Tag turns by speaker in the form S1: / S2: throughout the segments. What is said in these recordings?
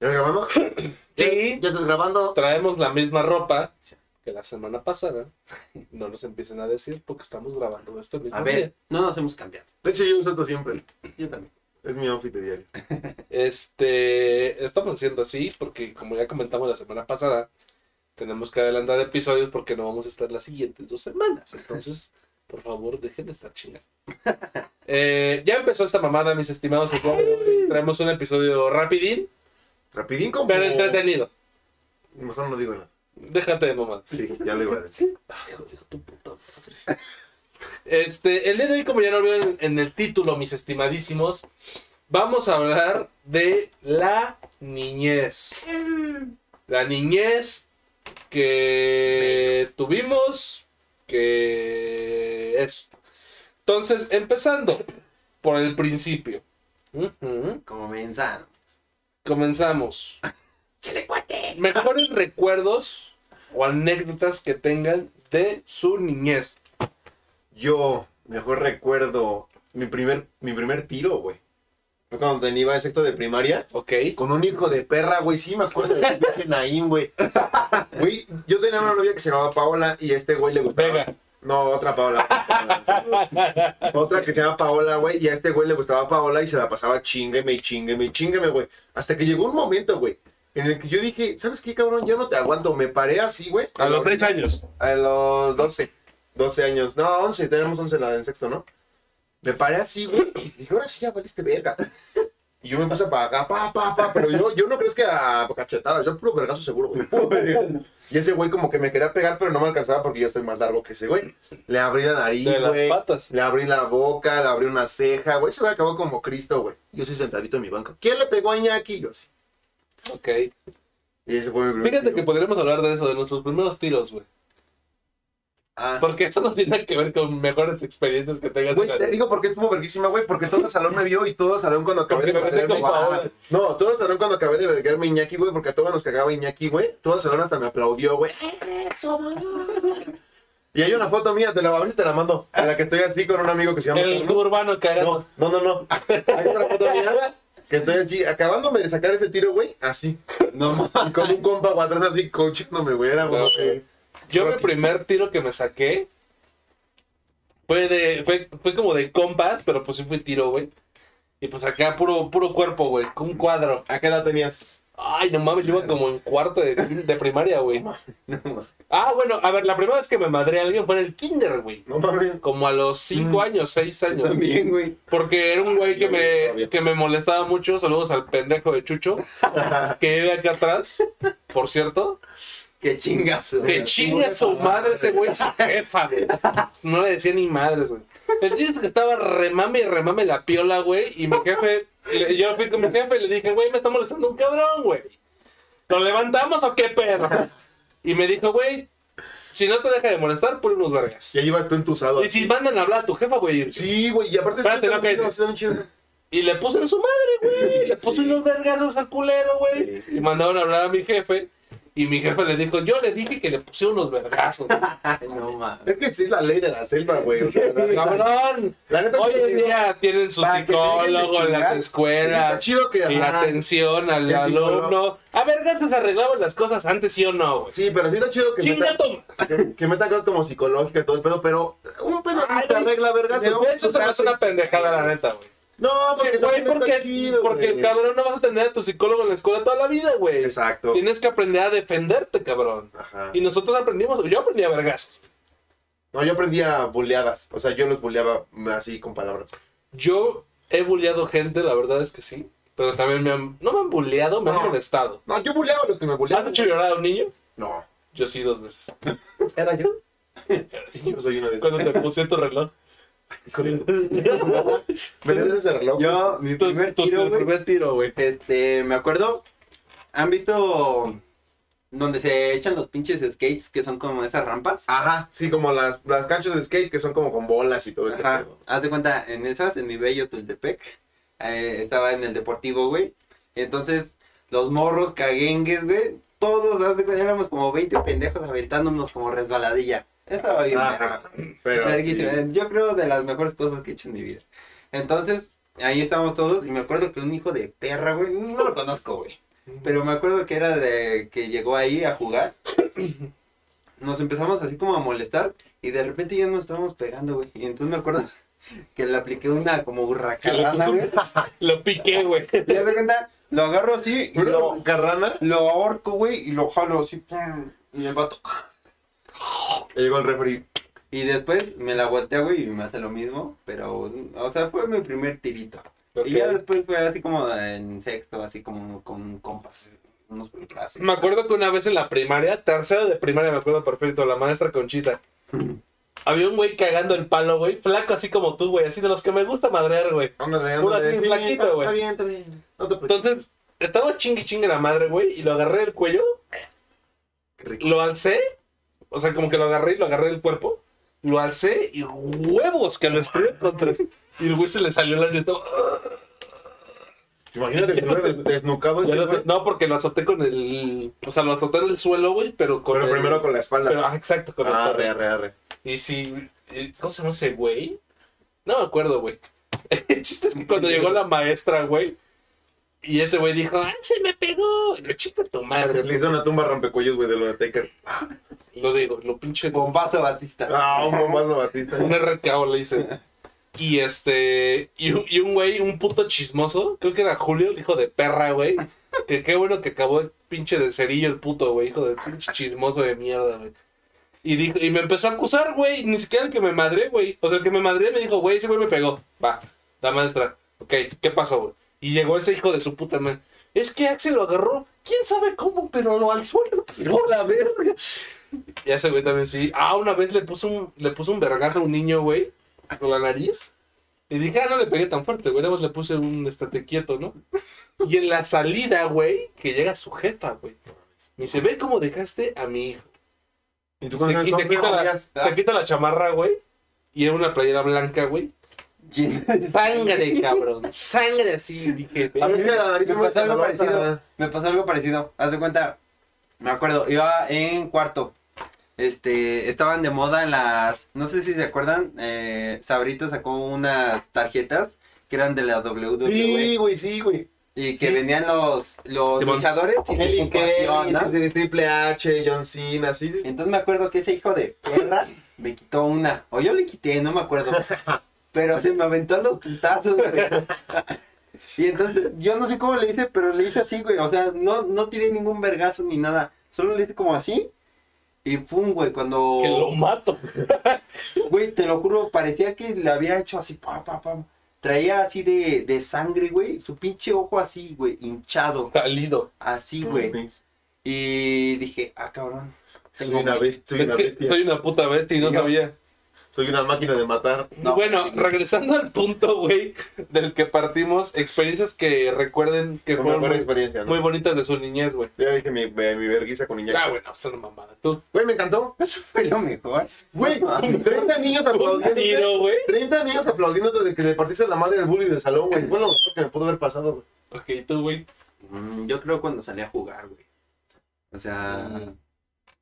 S1: ¿Ya estás grabando?
S2: Sí,
S1: ¿Ya estás grabando?
S2: Eh, traemos la misma ropa que la semana pasada. No nos empiecen a decir porque estamos grabando esto el mismo
S3: A ver,
S2: día.
S3: no nos hemos cambiado.
S1: De hecho, yo uso esto siempre.
S3: Yo también.
S1: Es mi outfit de diario.
S2: Este, estamos haciendo así porque como ya comentamos la semana pasada, tenemos que adelantar episodios porque no vamos a estar las siguientes dos semanas. Entonces, por favor, dejen de estar chingando. Eh, ya empezó esta mamada, mis estimados. El día de hoy Traemos un episodio rapidín,
S1: Rapidín como...
S2: pero entretenido.
S1: Mejor no digo nada.
S2: Déjate de mamadas.
S1: Sí, ya lo iba a decir.
S2: Ay, hijo de tu puta madre. Este, el día de hoy, como ya lo vieron en el título, mis estimadísimos, vamos a hablar de la niñez. La niñez que tuvimos, que es. Entonces, empezando por el principio. Ujú.
S3: Comenzando.
S2: Comenzamos.
S3: ¡Chale, cuate!
S2: Mejores recuerdos o anécdotas que tengan de su niñez.
S1: Yo mejor recuerdo mi primer, mi primer tiro, güey. Fue cuando tenía iba en sexto de primaria.
S2: ¿Ok?
S1: Con un hijo de perra, güey. Sí, me acuerdo de ese pinche Naim, güey. Güey, yo tenía una novia que se llamaba Paola y a este güey le gustaba.
S2: Vega.
S1: No, otra Paola. otra que se llama Paola, güey. Y a este güey le gustaba Paola y se la pasaba chingueme y chingueme y chingueme, güey. Hasta que llegó un momento, güey, en el que yo dije, ¿sabes qué, cabrón? Ya no te aguanto. Me paré así, güey.
S2: A los tres años.
S1: A los 12. 12 años. No, 11. Tenemos 11 la en sexto, ¿no? Me paré así, güey. Dije, ahora sí ya valiste verga. Y yo me puse para acá, pa, pa, pa. Pero yo, yo no crees que a cachetadas. Yo puro vergazo seguro, güey. Puro vergazo. Y ese güey como que me quería pegar, pero no me alcanzaba porque yo estoy más largo que ese güey. Le abrí la nariz,
S2: De las
S1: güey.
S2: patas.
S1: Le abrí la boca, le abrí una ceja, güey. Ese güey acabó como Cristo, güey. Yo soy sentadito en mi banca. ¿Quién le pegó a Iñaki? Yo sí.
S2: Ok.
S1: Y ese fue mi primer
S2: Fíjate
S1: tiro.
S2: que podríamos hablar de eso, de nuestros primeros tiros, güey.
S3: Ah,
S2: Porque eso no tiene que ver con mejores experiencias que tengas.
S1: Güey, te digo porque estuvo verguísima, güey, porque todo el salón me vio y todo el salón cuando acabé
S2: Porque
S1: de
S2: me metí
S1: verguerme.
S2: con Paola.
S1: No, todo el salón cuando acabé de verguerme Iñaki, güey, porque a todos nos cagaba Iñaki, güey. Todo el salón hasta me aplaudió, güey. Eso, mamá. Y hay una foto mía, te la a ver si te la mando, en la que estoy así con un amigo que se llama.
S2: El suburbano cagado.
S1: No, no, no, no. Hay otra foto mía que estoy así, acabándome de sacar ese tiro, güey, así.
S3: no mames.
S1: Y con un compa güey, atrás así coachándome, güey. Era, güey.
S2: No, Yo mi
S1: Roti.
S2: primer tiro que me saqué fue de fue, fue como de compas, pero pues sí fue tiro, güey. Y pues acá puro puro cuerpo, güey, con un cuadro.
S1: ¿A qué edad tenías?
S2: Ay, no mames, yo iba como en cuarto de, de primaria, güey. Ah, bueno, a ver, la primera vez que me madré a alguien fue en el kinder, güey.
S1: No mames.
S2: Como a los
S1: Mm.
S2: cinco años, seis años. güey.
S3: También, güey.
S2: Porque era un güey que
S1: yo vi esa
S2: me,
S1: vieja.
S2: que me molestaba mucho. Saludos al pendejo de Chucho, que vive acá atrás, por cierto.
S3: Qué chingas.
S2: Que chinga su madre ese güey, su jefa, güey. No le decía ni madres, güey. El chiste es que estaba remame y remame la piola, güey. Y mi jefe, le- yo fui con mi jefe y le dije, güey, me está molestando un cabrón, güey. ¿Lo levantamos o qué perro? Y me dijo, güey, si no te deja de molestar, pon unos vergas.
S1: Ya llevas tú entusado.
S2: Y si mandan a hablar a tu jefa, güey,
S1: Sí, güey, y aparte
S2: Espérate,
S1: está
S2: no,
S1: bien chido,
S2: cállate.
S1: está bien chido.
S2: Y le puso en su madre, güey. Le
S1: Sí.
S2: puso unos vergazos al culero, güey. Y mandaron a hablar a mi jefe. Y mi jefe le dijo, yo le dije que le puse unos vergazos.
S3: No mames.
S1: Es que sí es la ley de la selva, güey. O sea, la, la-
S2: Cabrón.
S1: la neta
S2: Hoy
S1: que-
S2: en día tienen su
S3: Para que dejen de
S2: psicólogo en las
S3: chingar.
S1: está
S2: escuelas.
S1: chido que
S2: Y
S1: ajá,
S2: atención al
S1: El psicólogo.
S2: alumno. A vergazos arreglaban las cosas antes, sí o no, güey.
S1: Sí, pero sí está chido que
S2: Chinga
S1: metan,
S2: tu-
S1: que, que metan cosas como psicológicas, todo el pedo, pero un pedo no
S2: Ay,
S1: se
S2: güey.
S1: arregla, vergas. ¿no?
S2: Eso se me hace una pendejada, la neta, güey.
S1: No, porque
S2: Sí, güey,
S1: también está
S2: porque,
S1: chido,
S2: porque
S1: güey.
S2: cabrón no vas a tener a tu psicólogo en la escuela toda la vida, güey.
S1: Exacto.
S2: Tienes que aprender a defenderte, cabrón.
S1: Ajá.
S2: Y nosotros aprendimos, yo aprendí a vergas.
S1: No, yo aprendía boleadas. O sea, yo los boleaba así con palabras.
S2: Yo he bulleado gente, la verdad es que sí. Pero también me han, no me han bulleado, me han
S1: No.
S2: molestado.
S1: No, yo boleaba a los que me
S2: ¿Has
S1: boleaban.
S2: hecho llorar a un niño?
S1: No,
S2: Yo sí, dos veces.
S1: era yo. Yo soy uno de esos.
S2: Cuando te puse tu reloj.
S1: Hijo de- Me debes ese reloj.
S3: Yo, mi
S2: Tu-
S3: primer
S2: tu- tu
S3: tiro, güey.
S2: primer tiro, güey.
S3: Este, me acuerdo. ¿Han visto donde se echan los pinches skates que son como esas
S2: Ah,
S3: rampas?
S1: Ajá, sí, como las, las canchas de skate que son como con bolas y todo
S2: pues,
S1: este
S3: Ajá.
S1: pedo.
S3: Haz de cuenta, en esas, en mi bello Tultepec, eh, estaba en el deportivo, güey. Entonces, los morros, caguengues, güey, todos, haz de cuenta, éramos como 20 pendejos aventándonos como resbaladilla. Estaba bien,
S2: Ah,
S3: verga.
S1: Ajá, pero
S3: Verguísima. eh, Yo creo de las mejores cosas que he hecho en mi vida. Entonces, ahí estábamos todos y me acuerdo que un hijo de perra, güey, no lo conozco, güey. Pero me acuerdo que era de que llegó ahí a jugar. Nos empezamos así como a molestar y de repente ya nos estábamos pegando, güey. Y entonces me acuerdo que le apliqué una como hurracarrana, güey.
S2: Lo piqué, güey.
S3: Y haz de cuenta, lo agarro así y lo,
S1: ¿Carrana?
S3: lo ahorco, güey, y lo jalo así. pum, Y el vato.
S1: Y Llegó el referee.
S3: Y después me la voltea, güey, y me hace lo mismo. Pero, o sea, fue mi primer tirito.
S2: Ok.
S3: Y ya después fue así como en sexto, así como con compas. Unos pulcas.
S2: Me acuerdo que una vez en la primaria, tercero de primaria, me acuerdo perfecto, la maestra Conchita. Había un güey cagando el palo, güey, flaco así como tú, güey, así de los que me gusta madrear, güey.
S1: Ándale,
S2: Puro
S1: ándale.
S2: así,
S1: Sí,
S2: flaquito,
S1: está-
S2: güey.
S1: Está bien, está bien. No te preocupes.
S2: Entonces, estaba chingue chingue la madre, güey, y lo agarré del cuello,
S1: Qué rico.
S2: lo alcé, o sea, como que lo agarré y lo agarré del cuerpo, lo alcé y huevos que lo estrellé contra Y "Ah", el güey se le salió la estaba...
S1: Imagínate que
S2: Ya no
S1: estuviera
S2: sé.
S1: desnucado. ese
S2: Ya lo sé.
S1: güey.
S2: No, porque lo azoté con el. O sea, lo azoté en el suelo, güey, pero con.
S1: Pero
S2: el-
S1: primero con la espalda.
S2: Pero, ah, exacto, con
S1: ah,
S2: la
S1: arre,
S2: espalda.
S1: arre, arre.
S2: Y si. eh, ¿Cómo se llama ese güey? No me acuerdo, güey. El chiste es que cuando llegó la maestra, güey. Y ese güey dijo, ¡ah, se me pegó! Y Lo chico tu madre.
S1: Le hizo una tumba rompecuellos, güey, de Lunateker.
S2: Y Lo digo, lo pinche.
S3: Bombazo Batista.
S1: Ah, un bombazo Batista.
S2: Un RKO le hice. Y este. Y, un- y un güey, un puto chismoso. Creo que era Julio, el hijo de perra, güey. Que qué bueno que acabó el pinche de cerillo el puto, güey. Hijo de pinche chismoso de mierda, güey. Y, dijo, y me empezó a acusar, güey. Ni siquiera el que me madré, güey. O sea, el que me madré me dijo, güey, ese güey me pegó. Va, la maestra. Ok, ¿qué pasó, güey? Y llegó ese hijo de su puta madre. Es que Axel lo agarró, quién sabe cómo, pero lo alzó y lo tiró a la verga. Y ese güey también sí. Ah, una vez le puso un, le puso un vergazo a un niño, güey, con la nariz. Y dije, ah, no le pegué tan fuerte, güey. Nada más le puse un estate quieto, ¿no? Y en la salida, güey, que llega su jefa, güey. Me dice, ve cómo dejaste a mi hijo.
S1: Y tú
S2: Y
S1: con
S2: se,
S1: el
S2: y se quita la,
S1: jodías.
S2: se quita la chamarra, güey. Y era una playera blanca, güey.
S3: Llena de
S2: Sangre, cabrón. Sangre así. Dije,
S1: A mí me
S2: "Verga".
S1: la nariz
S3: Me
S1: me
S3: pasó algo
S1: caló,
S3: parecido.
S1: ah.
S3: Me pasó algo parecido. Haz de cuenta. Me acuerdo, iba en cuarto. Este, estaban de moda las, no sé si se acuerdan, eh, Sabrita sacó unas tarjetas que eran de la WWE
S1: Sí, güey, sí, güey.
S3: y que
S1: sí.
S3: venían los, los
S2: Simón.
S3: luchadores y su
S1: Kelly
S3: puntuación, ¿no?
S1: Kelly, Triple H, John Cena, sí, sí. sí.
S3: Entonces me acuerdo que ese hijo de perra me quitó una. O yo le quité, no me acuerdo. Pero se me aventó los putazos, güey. Y entonces, yo no sé cómo le hice, pero le hice así, güey. O sea, no, no tiré ningún vergazo ni nada. Solo le hice como así. Y pum, güey, cuando...
S2: Que lo mato.
S3: Güey, te lo juro, parecía que le había hecho así, pa, pa, pa. Traía así de, de sangre, güey. Su pinche ojo así, güey, hinchado.
S2: Salido.
S3: Así, güey. Y dije, ah, cabrón.
S1: Soy una
S3: vez.
S1: bestia, soy
S2: Es
S1: una
S2: que
S1: bestia.
S2: soy una puta bestia y no
S3: Diga.
S2: sabía.
S1: Soy una máquina de matar.
S3: No,
S2: bueno,
S3: sí, güey.
S2: regresando al punto, güey, del que partimos, experiencias que recuerden que
S1: Fue una
S2: fueron
S1: buena
S2: muy,
S1: experiencia,
S2: muy
S1: ¿no?
S2: bonitas de su niñez, güey.
S1: Ya dije mi, mi, mi verguiza con
S2: Ah,
S1: Iñaki.
S2: bueno, es una mamada. Tú,
S1: Güey, me encantó.
S3: Eso fue lo mejor.
S1: Güey,
S3: No mames.
S1: 30 niños aplaudiendo.
S2: tiro, güey.
S1: 30 niños aplaudiéndote de que le partiste la madre del bully del salón, güey. Fue lo mejor que me pudo haber pasado, güey.
S2: Ok, tú, güey.
S3: Mm, yo creo cuando salí a jugar, güey. O sea,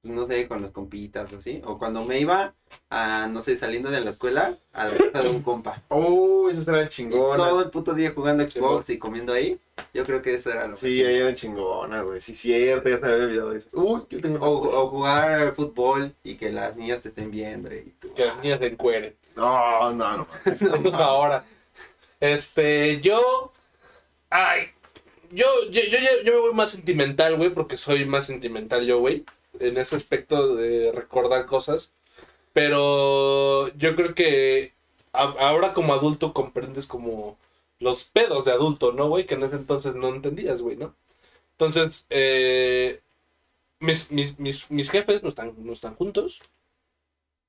S3: no sé, con los compitas o así. O cuando me iba a, no sé, saliendo de la escuela a la casa de un compa.
S1: Oh, esos eran
S3: Y todo
S1: chingonas.
S3: el puto día jugando Xbox y comiendo ahí. Yo creo que eso era lo
S1: Sí, ahí eran chingonas, güey. Sí, cierto, ya se me había olvidado de eso. Uy, yo
S3: O,
S1: tengo.
S3: o jugar fútbol y que las niñas te estén viendo y tú.
S2: Que las niñas se encueren.
S1: No, no, no.
S2: Esto es ahora. Este, yo. Ay. Yo, yo, yo, yo- yo me voy más sentimental, güey, porque soy más sentimental yo, güey. En ese aspecto de recordar cosas. Pero yo creo que a- ahora como adulto comprendes como los pedos de adulto, ¿no, güey? Que en ese entonces no entendías, güey, ¿no? Entonces, eh, mis, mis, mis, mis jefes no están, no están juntos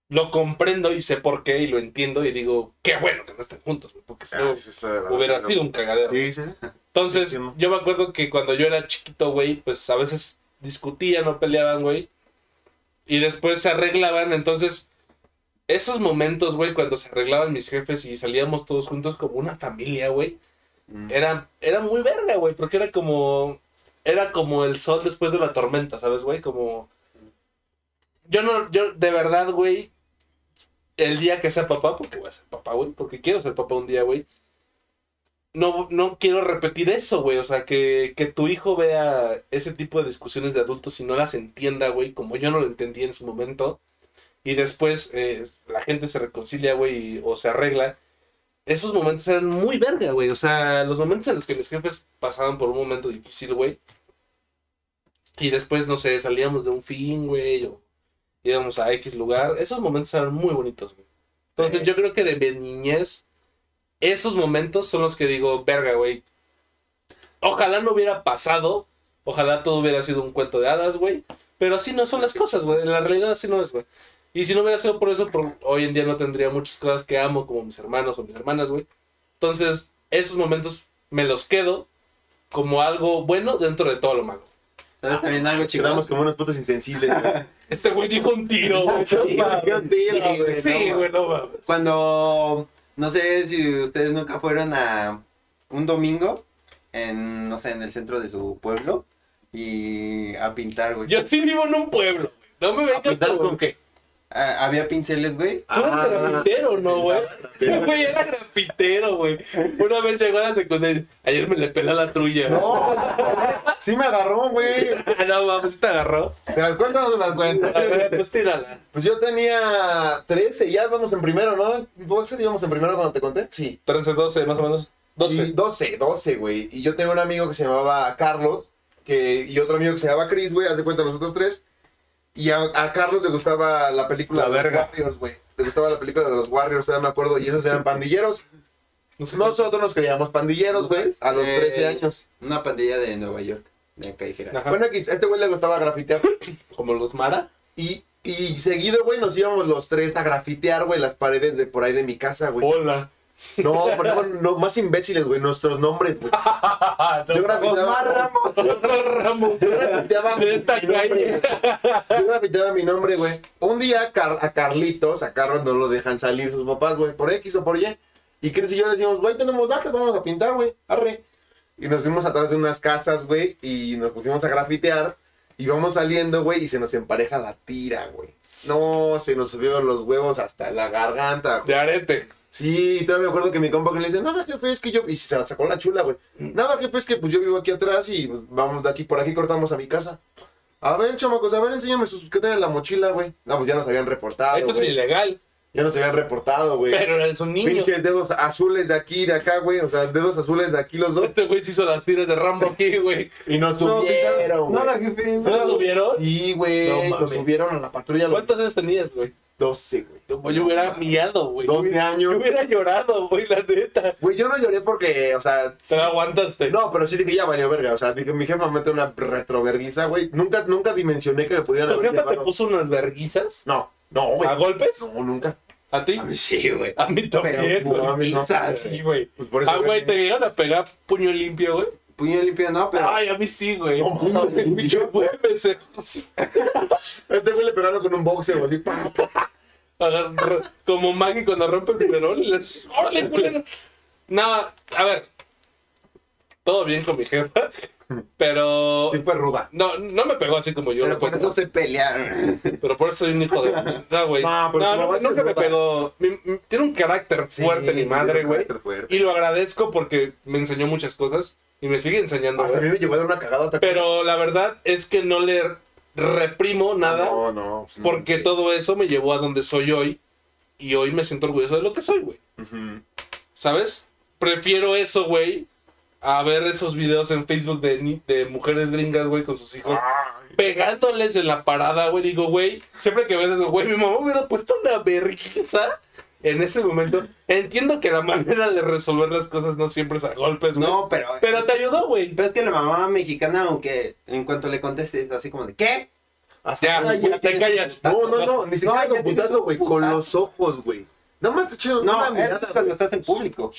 S2: lo comprendo y sé por qué y lo entiendo y digo, qué bueno que no estén juntos, güey, porque si
S1: Ah,
S2: no
S1: eso está de la
S2: hubiera
S1: verga.
S2: sido un cagadero.
S1: Sí, sí.
S2: Entonces,
S1: sí, sí, no.
S2: yo me acuerdo que cuando yo era chiquito, güey, pues a veces discutían o peleaban, güey, y después se arreglaban, entonces... Esos momentos, güey, cuando se arreglaban mis jefes y salíamos todos juntos como una familia, güey,
S3: Mm.
S2: era, era muy verga, güey, porque era como, era como el sol después de la tormenta, ¿sabes, güey? Como, yo no, yo, de verdad, güey, el día que sea papá, porque voy a ser papá, güey, porque quiero ser papá un día, güey, no, no quiero repetir eso, güey. O sea, que, que tu hijo vea ese tipo de discusiones de adultos y no las entienda, güey, como yo no lo entendí en su momento. Y después eh, la gente se reconcilia, güey, y- o se arregla. Esos momentos eran muy verga, güey. O sea, los momentos en los que mis jefes pasaban por un momento difícil, güey. Y después, no sé, salíamos de un fin, güey, o íbamos a X lugar. Esos momentos eran muy bonitos, güey. Entonces,
S3: Sí.
S2: yo creo que de mi niñez, esos momentos son los que digo, verga, güey. Ojalá no hubiera pasado. Ojalá todo hubiera sido un cuento de hadas, güey. Pero así no son las cosas, güey. En la realidad así no es, güey. Y si no hubiera sido por eso, por- hoy en día no tendría muchas cosas que amo, como mis hermanos o mis hermanas, güey. Entonces, esos momentos me los quedo como algo bueno dentro de todo lo malo.
S3: ¿Sabes también algo chingón?
S1: Quedamos como unos putos insensibles, güey.
S2: Este güey dijo un tiro, güey.
S1: Sí,
S2: Sí,
S1: güey.
S3: güey, no
S2: güey, no mames.
S3: Cuando, no sé si ustedes nunca fueron a un domingo, en, no sé, en el centro de su pueblo, y a pintar, güey.
S2: Yo estoy vivo en un pueblo, güey. No me
S1: ¿A
S2: vengas
S1: pintar
S2: con...
S1: con qué?
S3: Ah, había pinceles, güey.
S2: Tú eres
S1: Ah,
S2: grafitero, ¿no, güey?
S1: grafitero.
S2: Güey, era grafitero, güey. Una vez llegó a la secundaria. Ayer me le pela la trulla.
S1: No, sí me agarró, güey.
S2: no mames, te agarró.
S1: ¿Se las cuento o no se las cuento?
S2: A ver, pues tírala.
S1: Pues yo tenía 13, ya vamos en primero, ¿no? ¿Boxer íbamos en primero cuando te conté? Sí.
S2: 13, 12, más o menos. 12.
S1: Y 12, 12, güey. Y yo tenía un amigo que se llamaba Carlos que, y otro amigo que se llamaba Chris, güey. Haz de cuenta, nosotros tres. Y a, a Carlos le gustaba la película
S2: La
S1: de los
S2: verga.
S1: Warriors, güey. Le gustaba la película de los Warriors, todavía me acuerdo. Y esos eran pandilleros. Nosotros nos creíamos pandilleros, güey, a los
S3: Eh,
S1: 13 años.
S3: Una pandilla de Nueva York, de callejera.
S2: Ajá.
S1: Bueno, X, a este güey le gustaba grafitear.
S2: Como los Mara.
S1: Y, y seguido, güey, nos íbamos los tres a grafitear, güey, las paredes de por ahí de mi casa, güey.
S2: Hola.
S1: No, ponemos no, más imbéciles, güey, nuestros nombres, güey. Yo
S3: Omar
S1: grafiteaba,
S3: Ramos.
S2: Osmar Ah, Ramos.
S1: yo grafiteaba mi
S2: De esta
S1: nombre,
S2: calle.
S1: yo grafiteaba mi nombre, güey. Un día Car- a Carlitos, a Carlos no lo dejan salir sus papás, güey, por X o por Y. Y Chris y yo decimos, güey, tenemos datos, vamos a pintar, güey, arre. Y nos fuimos atrás de unas casas, güey, y nos pusimos a grafitear. Y vamos saliendo, güey, y se nos empareja la tira, güey. No, se nos subieron los huevos hasta la garganta, güey.
S2: De arete.
S1: Sí, y todavía me acuerdo que mi compa que le dice, nada, jefe, es que yo... Y se la sacó la chula, güey.
S2: Mm.
S1: Nada, jefe, es que pues yo vivo aquí atrás y pues, vamos de aquí, por aquí cortamos a mi casa. A ver, chamacos, a ver, enséñame sus que tienen en la mochila, güey. No, pues ya nos habían reportado,
S2: Esto es
S1: güey.
S2: ilegal.
S1: Ya nos habían reportado, güey.
S2: Pero era un niño.
S1: Pinches dedos azules de aquí y de acá, güey. O sea, dedos azules de aquí los dos.
S2: Este güey se hizo las tiras de Rambo aquí, güey.
S1: Y nos subieron, güey.
S3: Nada, jefe.
S2: ¿Se las subieron?
S1: Y, güey,
S2: No
S1: nos
S2: mames.
S1: subieron a la patrulla a los
S2: ¿Cuántos años tenías, güey?
S1: 12, güey.
S2: Yo yo hubiera miado, güey.
S1: 12
S2: Yo
S1: años.
S2: hubiera llorado, güey, la neta.
S1: Güey, yo no lloré porque, o sea,
S2: Te la aguantaste.
S1: No, pero sí dije, ya valió verga. O sea, dije, mi jefa me mete una retroverguiza, güey. Nunca, nunca dimensioné que me pudieran
S2: ¿Tu
S1: haber
S2: jefa te
S1: llevado.
S2: puso unas verguizas?
S1: No, no, güey.
S2: ¿A golpes?
S1: No, nunca.
S2: ¿A ti?
S3: A mí sí, güey.
S2: A mí también,
S3: Pero,
S1: No, a
S2: güey.
S1: mí no.
S3: Pizza,
S2: Sí, güey.
S1: Pues por eso.
S2: Ah, güey, te llegaron a pegar puño limpio, güey.
S3: Puño limpio, no, pero.
S2: Ay, a mí sí, güey.
S1: No, mames,
S2: Y yo,
S1: bicho.
S2: güey, me se...
S1: Este güey le pegaron con un boxeo, así. pa, pa.
S2: Agarra- Como Maggie cuando rompe el biberón y le dice, ¡Órale, culero! No, a ver. Todo bien con mi jefa, pero...
S1: Sí, fue ruda.
S2: No, no me pegó así como yo.
S3: pero
S2: lo
S3: por
S2: cuento.
S3: eso se pelearon.
S2: Pero por eso soy un hijo de. No, güey.
S1: No,
S2: No,
S1: pero
S2: no,
S1: tu mamá
S2: no,
S1: sí
S2: nunca
S1: es
S2: me
S1: ruda.
S2: pegó. Mi- mi- tiene un carácter
S1: Sí,
S2: fuerte, mi madre,
S1: tiene un
S2: güey.
S1: carácter fuerte.
S2: Y lo agradezco porque me enseñó muchas cosas y me sigue enseñando,
S1: Hasta A mí me
S2: güey.
S1: llevó a dar una cagada. ¿te acuerdas?
S2: Pero la verdad es que no le reprimo nada
S1: No, no. pues, no.
S2: porque todo eso me llevó a donde soy hoy y hoy me siento orgulloso de lo que soy, güey.
S1: Ujú.
S2: ¿Sabes? Prefiero eso, güey, a ver esos videos en Facebook de, ni- de mujeres gringas, güey, con sus
S1: Ah.
S2: hijos
S1: Ay,
S2: pegándoles en la parada, güey. Digo, güey, siempre que ves eso, güey, mi mamá me hubiera puesto una vergüenza en ese momento. Entiendo que la manera de resolver las cosas no siempre es a golpes, güey.
S3: No, pero.
S2: Pero te ayudó, güey.
S3: Pero es que la mamá mexicana, aunque en cuanto le contestes, así como de, ¿qué?
S1: hasta
S2: Ya,
S1: ahora
S2: ya te callas.
S1: No, no, no. Ni siquiera
S3: No, ya
S1: con putazo,
S3: tienes
S1: güey.
S3: un
S1: Con
S3: putazo.
S1: los ojos, güey. Nada más te echaron
S3: No,
S1: una
S3: eso
S1: mirada,
S3: es cuando
S1: güey.
S3: estás en público.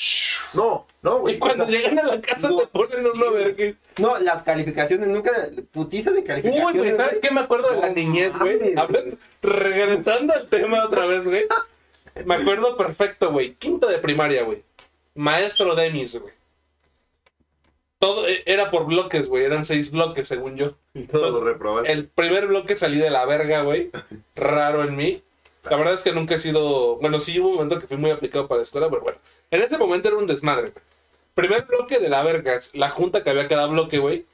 S1: No, no, güey.
S2: Y cuando llegan a la casa
S3: No.
S2: te ponen una vergüenza.
S3: No, las calificaciones nunca. Putiza de calificaciones.
S2: Uy, güey, ¿sabes qué me acuerdo de la
S3: No
S2: niñez, güey?
S3: mames.
S2: Hablando- Regresando al tema otra vez, güey. Me acuerdo perfecto, güey. Quinto de primaria, güey. Maestro Denis, güey. Todo eh, era por bloques, güey. Eran seis bloques, según yo.
S1: Y todo lo reprobaste.
S2: El primer bloque salí de la verga, güey. Raro en mí. La verdad es que nunca he sido. Bueno, sí hubo un momento que fui muy aplicado para la escuela, pero bueno. En ese momento era un desmadre, güey. primer bloque de la verga, la junta que había cada bloque, güey.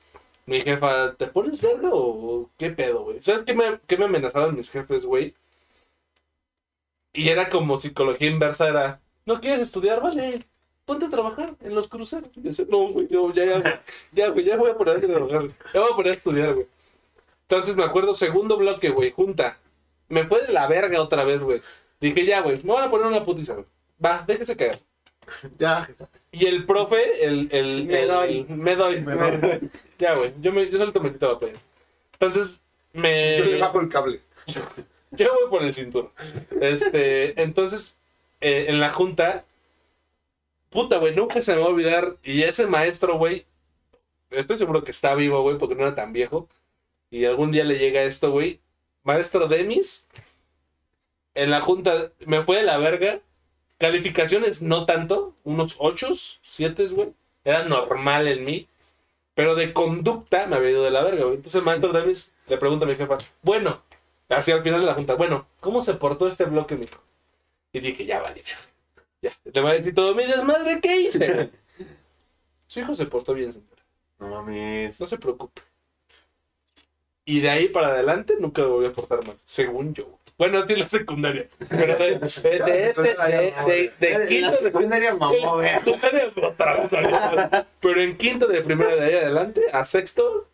S2: Mi jefa, ¿te pones verga o qué pedo, güey? ¿Sabes qué me, qué me amenazaban mis jefes, güey? Y era como psicología inversa, era, ¿no quieres estudiar? Vale, ponte a trabajar en los cruceros. Y yo decía, no, güey, no, ya, ya, güey, ya, güey, ya voy a poner a trabajar, güey. ya voy a poner a estudiar, güey. Entonces me acuerdo, segundo bloque, güey, junta. Me fue de la verga otra vez, güey. Dije, ya, güey, me van a poner una putiza, güey. Va, déjese caer.
S1: Ya, jefa.
S2: Y el profe, el. el
S3: Me
S2: el-
S3: doy.
S2: me doy.
S1: Me doy.
S2: ya, güey. Yo, me- yo solito me quito la playa. Entonces, me.
S1: Yo le bajo el cable.
S2: Yo voy por el cinturón. Este, entonces, eh, en la junta, puta, güey, nunca se me va a olvidar. Y ese maestro, güey, estoy seguro que está vivo, güey, porque no era tan viejo. Y algún día le llega esto, güey. Maestro Demis, en la junta, me fue de la verga. Calificaciones no tanto, unos 8, 7, güey. Era normal en mí. Pero de conducta me había ido de la verga, güey. Entonces el maestro Demis le pregunta a mi jefa, bueno, Así al final de la junta, bueno, ¿cómo se portó este bloque, mijo? Y dije, ya vale, ya. Ya, te va a decir todo, mi desmadre, ¿qué hice? Su hijo se portó bien, señora.
S1: No mames.
S2: No se preocupe. Y de ahí para adelante nunca me voy a portar mal, según yo. Bueno, así en la secundaria. Pero de, de- de ese, de, de, de
S3: En la
S2: quinto de Este,
S3: secundaria mamó, güey.
S2: tú tienes otra vez, ¿no? Pero en quinto de primera de ahí adelante, a sexto,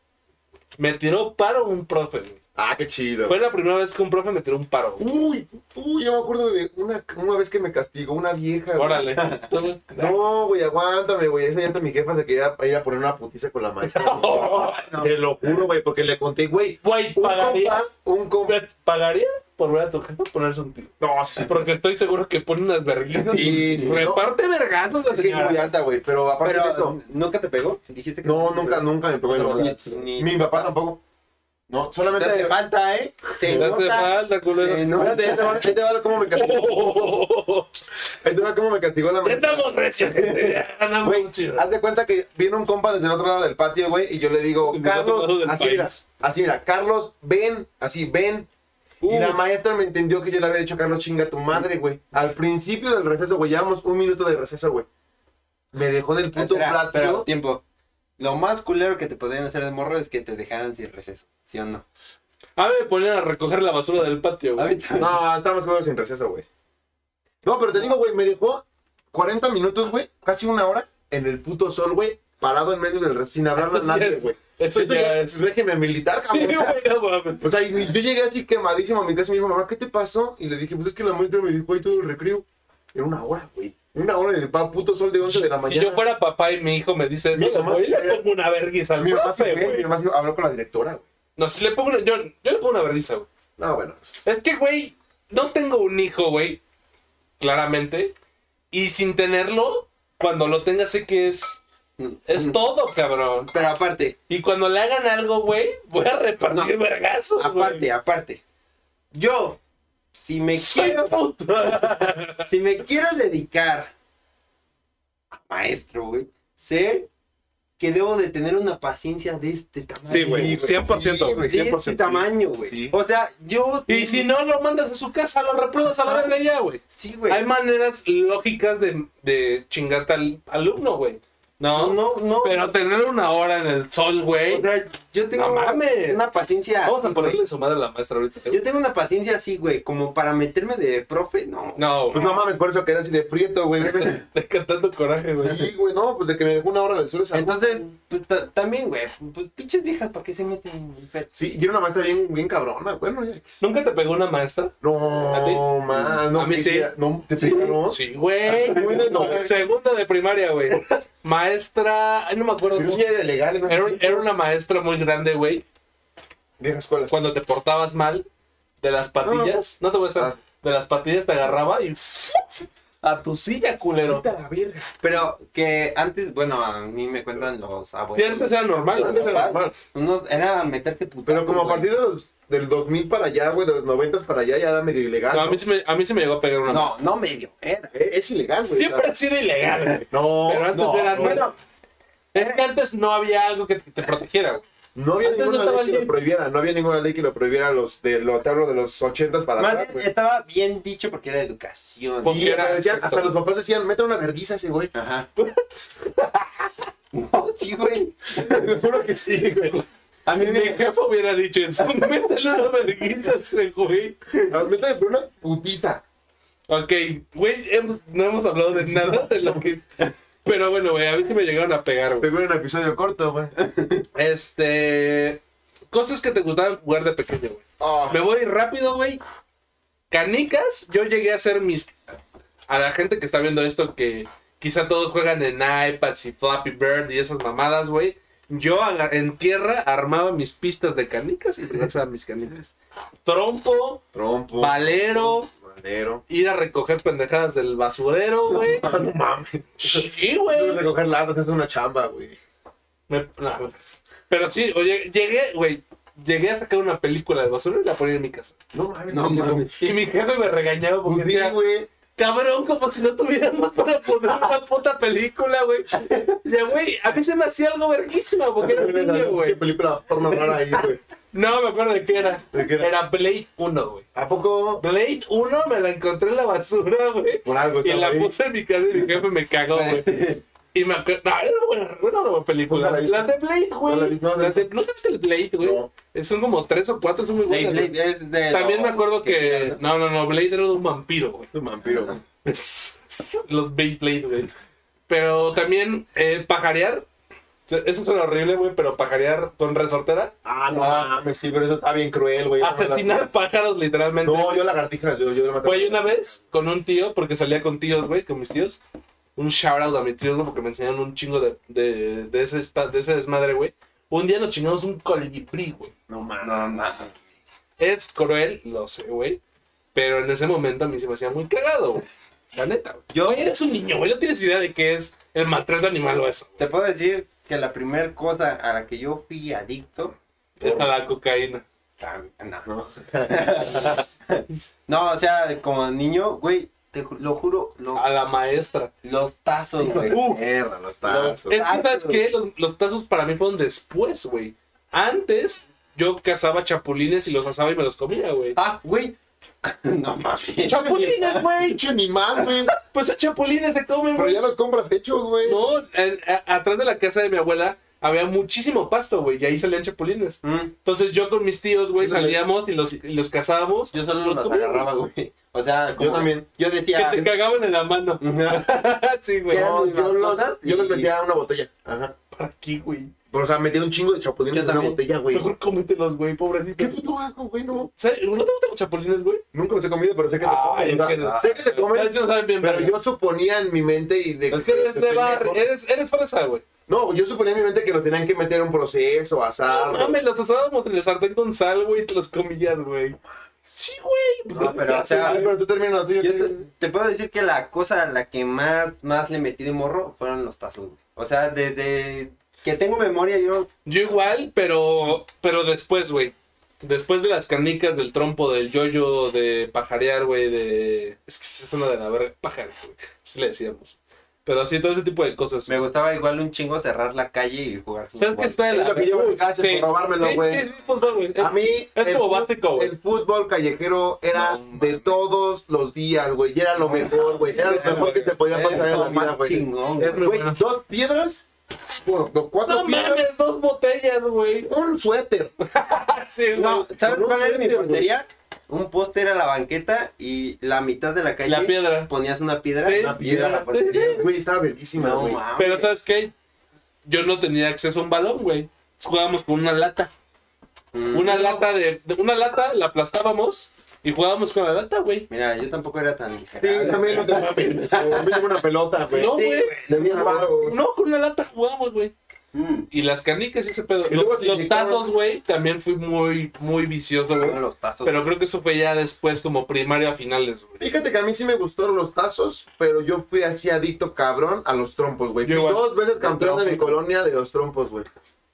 S2: me tiró paro un profe. güey.
S1: Ah, qué chido.
S2: Fue la primera vez que un profe me tiró un paro. güey.
S1: Uy, uy, yo me acuerdo de una, una vez que me castigó una vieja. güey.
S2: Órale. Tú, güey.
S1: No, güey, aguántame, güey. Esa ya hasta mi jefa se quería ir a poner una putiza con la maestra. güey. Te lo juro, güey, porque le conté, güey.
S2: Güey,
S1: Un compa,
S2: pagaría,
S1: un compa.
S2: pagaría por ver a tu jefe ponerse un tiro.
S1: No, sí, sí,
S2: Porque estoy seguro que pone unas verguizas.
S1: Sí, sí,
S2: reparte vergazos la
S1: es que es muy
S2: señora.
S1: alta, güey. Pero aparte de
S3: Pero,
S1: eso.
S3: ¿nunca te pegó? Dijiste que
S1: No, nunca, nunca me pegó en la
S2: Pero-
S1: mano.
S3: Ni,
S1: Mi papá tampoco. No,
S3: Te
S1: solamente.
S3: hace falta, ¿eh? Se
S2: Te hace
S3: nota.
S2: falta, culero. Oh,
S3: Se nota.
S1: Espérate, ahí te va- ahí te va cómo me castigó. Ahí te va cómo me castigó la
S2: Ya
S1: maestra.
S2: Estamos recios. gente. Ya ganamos
S1: Güey,
S2: un chido.
S1: haz de cuenta que viene un compa desde el otro lado del patio, güey, y yo le digo,
S2: Desde el otro lado
S1: Carlos,
S2: del
S1: así mira,
S2: país.
S1: así mira, Carlos, ven, así ven. Y
S2: Uh.
S1: la maestra me entendió que yo le había dicho, Carlos, chinga tu madre, güey. Al principio del receso, güey, llevamos un minuto de receso, güey. Me dejó del puto
S3: Espera, espera,
S1: plato.
S3: tiempo. Lo más culero que te podían hacer de morro es que te dejaran sin receso, ¿sí o no?
S2: A mí me ponían a recoger la basura del patio, güey.
S3: Ahorita-
S1: No, estamos jugando sin receso, güey. No, pero te digo, güey, me dejó 40 minutos, güey, casi una hora en el puto sol, güey, parado en medio del receso, sin hablarle a
S2: Eso ya
S1: nadie,
S2: es-
S1: güey.
S2: eso ya es-
S1: Déjeme militar,
S2: Sí,
S1: cabrón.
S2: güey, no mames.
S1: O sea, y yo llegué así quemadísimo a mi casa y me dijo, mamá, ¿qué te pasó? Y le dije, pues es que la maestra me dijo ahí todo el recreo. Era una hora, güey. Una hora en el pa- puto sol de 11 de la
S2: Si
S1: mañana.
S2: yo fuera papá y mi hijo me dice eso,
S1: Mi
S2: le
S1: mamá-
S2: voy y le pongo una vergüenza al
S1: mi mamá se
S2: profe,
S1: fue, mi
S2: güey.
S1: mamá se habló con la directora, güey.
S2: No, si le pongo una, yo, yo le pongo una vergüenza, güey.
S1: No, bueno. pues,
S2: Es que, güey, no tengo un hijo, güey. Claramente. Y sin tenerlo, cuando lo tenga sé que es... Es todo, cabrón.
S3: Mm, Pero aparte,
S2: Y cuando le hagan algo, güey, voy a repartir vergazos, güey.
S3: aparte, aparte. Yo, si me
S2: Soy
S3: quiero,
S2: puta.
S3: si me quiero dedicar a maestro, güey, sé que debo de tener una paciencia de este tamaño.
S2: Sí, güey,
S1: Sí, güey,
S2: 100%,
S1: sí,
S2: güey.
S1: güey.
S3: De este
S1: 100%,
S3: tamaño, güey.
S1: sí.
S3: O sea, yo...
S2: Y si no, lo mandas a su casa, lo repruebas a la verga ya, güey.
S3: Sí, Ah, güey.
S2: Hay maneras lógicas de, de chingarte al alumno, güey. No,
S3: No, no, no.
S2: Pero tener una hora en el sol, güey.
S3: O sea, yo tengo
S2: No mames.
S3: una paciencia...
S2: Vamos a
S3: así,
S2: ponerle su madre a la maestra ahorita.
S3: güey. Yo tengo una paciencia así, güey, como para meterme de profe, no.
S2: No,
S1: Pues no mames, por eso quedé así de prieto, güey.
S2: Te cantando coraje, güey.
S1: Sí, güey, no, pues de que me dejó una hora en el sol esa
S3: Entonces, pues ta- también, güey, pues pinches viejas, ¿para qué se meten? en el pedo?
S1: Sí, y era una maestra bien, bien cabrona. Bueno, ya.
S2: ¿Nunca te pegó una maestra? ¿A ti?
S1: No, man, no.
S2: A mí sí.
S1: quisiera- No, te pegaron.
S2: Sí, güey.
S1: Bueno, no.
S2: Segunda de primaria, güey. Maestra, ay, no me acuerdo.
S1: Pero
S2: cómo-
S1: sí era legal. ¿no?
S2: Era, era una maestra muy grande, güey.
S1: Vieja escuela.
S2: Cuando te portabas mal, de las patillas, no, te voy a hacer,
S1: Ah.
S2: de las patillas te agarraba y a tu silla, culero.
S1: Vete a la verga.
S3: Pero que antes, bueno, a mí me cuentan los
S2: Sí,
S3: abuelos.
S2: antes era normal.
S1: Antes era
S3: papás,
S1: normal.
S3: unos- era meterte putazos,
S1: Pero como a
S3: güey.
S1: partir de los, del 2000 para allá, güey, de los 90 para allá, ya era medio ilegal.
S2: No, a,
S1: ¿no?
S2: mí se me, a mí se me llegó a pegar una
S3: No,
S2: maestra.
S3: no medio, era.
S1: Eh, Es ilegal, güey.
S2: Siempre ha sido ilegal, güey.
S1: No,
S2: Pero antes
S1: no,
S2: era
S1: no.
S2: normal. Es que antes no había algo que te, te protegiera, güey.
S1: No había
S2: Antes no
S1: ninguna
S2: estaba
S1: ley que lo
S2: libre.
S1: prohibiera, no había ninguna ley que lo prohibiera los de lo te hablo de los 80 para
S3: Más
S1: atrás,
S3: bien,
S1: güey.
S3: estaba bien dicho porque era educación.
S2: Porque
S1: Y
S2: era-
S1: decían- hasta los papás decían, mete una vergüenza a ese güey.
S3: Ajá. no, sí, güey.
S1: Te juro que sí, güey.
S3: A mí
S2: Mi
S3: me...
S2: jefe hubiera dicho eso. Métele una vergüenza a ese güey.
S1: A ver, Métele por una putiza.
S2: Ok, güey, hemos- no hemos hablado de nada de lo que. Pero bueno, güey, a ver si me llegaron a pegar, güey.
S1: Tengo un episodio corto, güey.
S2: Este. Cosas que te gustaban jugar de pequeño, güey.
S1: Ah,
S2: Me voy rápido, güey. Canicas, yo llegué a hacer mis. A la gente que está viendo esto, que quizá todos juegan en iPads y Flappy Bird y esas mamadas, güey. Yo aga- en tierra armaba mis pistas de canicas y lanzaba mis canicas. Trompo,
S1: Trompo.
S2: valero,
S1: Valero.
S2: ir a recoger pendejadas del basurero, güey.
S1: Ah, no mames.
S2: Sí,
S1: Tengo que
S2: güey.
S1: recoger latas es una chamba, güey.
S2: Me- no, pero sí, oye, llegué, güey. Llegué a sacar una película del basurero y la ponía en mi casa.
S1: No mames.
S3: No mames.
S2: Y mi jefe me regañaba porque
S1: Pues sí,
S2: decía,
S1: güey.
S2: Cabrón, como si no tuviéramos para poner una puta película, güey. Ya, güey, a mí se me hacía algo verguísima porque era un niño,
S1: ¿Qué
S2: güey.
S1: película forma rara ahí, güey?
S2: No, me acuerdo de qué era.
S1: ¿De qué era?
S2: Era Blade 1, güey.
S1: ¿A poco?
S2: Blade 1 me la encontré en la basura, güey.
S1: Por algo
S2: Y
S1: estaba
S2: la
S1: ahí.
S2: puse en mi casa y mi jefe me cagó, güey. Y me acuerdo. No, era una buena, era una buena película.
S1: Nunca la he visto.
S2: Las de Blade, güey.
S1: No la he visto, no la he
S2: Las de- ¿Nunca viste el Blade, güey?
S1: No.
S2: Son como tres o cuatro, son muy buenas. güey.
S3: es de
S2: También
S3: los-
S2: me acuerdo que. No, no, no, Blade era de un vampiro, güey.
S1: Es un vampiro, güey.
S2: Los Beyblade, güey. Pero también eh, pajarear. Eso suena horrible, güey, pero pajarear con resortera.
S1: Ah, no
S2: Ah.
S1: mames, sí, pero eso está bien cruel, güey.
S2: Asesinar pájaros, literalmente.
S1: No, yo lagartijas, yo, yo le maté.
S2: Güey, una vez con un tío, porque salía con tíos, güey, con mis tíos. Un shout out a mis tíos, güey, porque me enseñaron un chingo de, de, de ese, espa- de ese desmadre, güey. Un día nos chingamos un colibrí, güey.
S1: No mames.
S3: No, mames.
S2: Es cruel, lo sé, güey. Pero en ese momento a mí se me hacía muy cagado, güey. La neta, güey.
S3: Yo-
S2: Güey, eres un niño, güey. No tienes idea de qué es el maltrato animal o eso.
S3: Te puedo decir que la primera cosa a la que yo fui adicto.
S2: Es a la cocaína.
S3: tam- No.
S1: No.
S3: No, o sea, como niño, güey, te ju- lo juro, los,
S2: A la maestra.
S3: los tazos, güey.
S2: Uf.
S1: Mierda, no
S3: No,
S1: está.
S3: es-
S2: Es que,
S3: tazos.
S2: ¿sabes qué? Los, los tazos para mí fueron después, güey. Antes, yo cazaba chapulines y los asaba y me los comía, güey.
S3: Ah, güey. No mames.
S2: ¡Chapulines, güey!
S1: Pinche animal, güey.
S2: Pues esos chapulines se comen,
S1: Pero
S2: güey.
S1: ya los compras hechos, güey.
S2: No, en- a- atrás de la casa de mi abuela había muchísimo pasto, güey. Y ahí salían chapulines.
S3: Mm,
S2: Entonces yo con mis tíos, güey,
S1: Yo también.
S2: salíamos y los, y los cazábamos.
S3: Yo solo los
S2: comíamos,
S3: agarraba, güey. O sea, como-
S1: también.
S3: Yo
S2: Que
S3: decía.
S2: te cagaban en la mano. sí, güey.
S3: Eran
S1: No,
S3: mis
S1: yo los,
S3: mascotas
S1: yo los
S3: y-
S1: metía a una botella. Ajá.
S2: ¿Para qué, güey?
S1: Pero, o sea, metía un chingo de chapulines
S3: Yo
S1: en una
S3: también.
S1: botella, güey.
S2: Mejor cómetelos, güey,
S1: Qué
S2: pobrecitos.
S1: puto asco, güey, no.
S2: ¿Sabes? ¿No te gustan los chapulines, güey?
S1: Nunca los he comido, pero sé que se
S2: Ay,
S1: comen.
S2: Ah, es
S1: o
S2: que
S1: sea,
S2: no.
S1: Sé Ah, que se comen,
S2: Ustedes no saben bien,
S1: pero
S2: verga.
S1: yo suponía en mi mente y de
S2: Es que eres
S1: de
S2: de bar,
S1: pendejo-
S2: eres, eres fresa, güey.
S1: No, yo suponía en mi mente que lo tenían que meter a un proceso, asar.
S2: No mames, los asábamos en el sartén con sal, güey, y te los comillas, güey. Sí, güey. Pues
S3: No,
S2: es-
S3: pero, o sea,
S1: Ay, Ah, pero tú terminas la tuya.
S3: Yo
S1: ¿qué?
S3: te, te puedo decir que la cosa a la que más, más le metí de morro fueron los tazos, güey. O sea, desde que tengo memoria yo...
S2: Yo igual, pero, pero después, güey. Después de las canicas, del trompo, del yoyo, de pajarear, güey, de... Es que es una de la verga. Pajarear, güey. Así le decíamos. Pero así, todo ese tipo de cosas.
S3: Me gustaba igual un chingo cerrar la calle y jugar.
S2: ¿Sabes qué
S3: fútbol.
S2: está de
S1: Es
S2: la
S1: lo que llevo en
S2: Uy,
S1: casa, por robármelo,
S2: Sí,
S1: güey.
S2: Sí, sí, fútbol, güey.
S1: A mí.
S2: Es
S1: el
S2: como
S1: fut-
S2: básico, güey.
S1: El fútbol callejero era
S2: No mames.
S1: de todos los días, güey. Y era lo mejor, güey. Era lo
S2: Era
S1: mejor que te podía
S3: Era
S1: pasar en
S3: lo
S1: la vida,
S3: más
S1: güey.
S3: chingón,
S2: Es
S3: güey.
S2: muy
S1: Güey,
S2: bueno.
S1: dos piedras. Bueno, no, cuatro
S2: No
S1: piedras.
S2: mames, dos botellas, güey.
S1: Un suéter.
S2: Sí, güey.
S3: No, ¿sabes
S1: Con un
S3: cuál era mi
S1: suéter, güey.
S3: portería? Un poste era la banqueta y la mitad de la calle...
S2: La piedra.
S3: Ponías una piedra.
S2: Sí.
S1: Una piedra.
S2: Sí,
S1: la portería,
S2: sí.
S1: Güey, estaba bellísima,
S3: No,
S1: güey.
S3: mames.
S2: Pero ¿sabes qué? Yo no tenía acceso a un balón, güey. Jugábamos con una lata.
S3: Mm.
S2: Una lata de... de- Una lata la aplastábamos y jugábamos con la lata, güey.
S3: Mira, yo tampoco era tan...
S1: Sí, también no te mames. También una pelota, güey.
S2: No, güey.
S1: De 10 baros.
S2: No, con una lata jugábamos, güey.
S3: Mm.
S2: Y las canicas y ese pedo.
S1: Y luego
S2: Los,
S1: te
S2: los
S1: inyectaban-
S2: tazos, güey, también fui muy, muy vicioso, güey.
S3: Con los tazos.
S2: Pero creo que eso fue ya después, como primario a finales, güey.
S1: Fíjate que a mí sí me gustaron los tazos, pero yo fui así adicto cabrón a los trompos, güey. Fui
S2: Yo igual.
S1: dos veces campeón
S2: trompo.
S1: de mi colonia de los trompos, güey.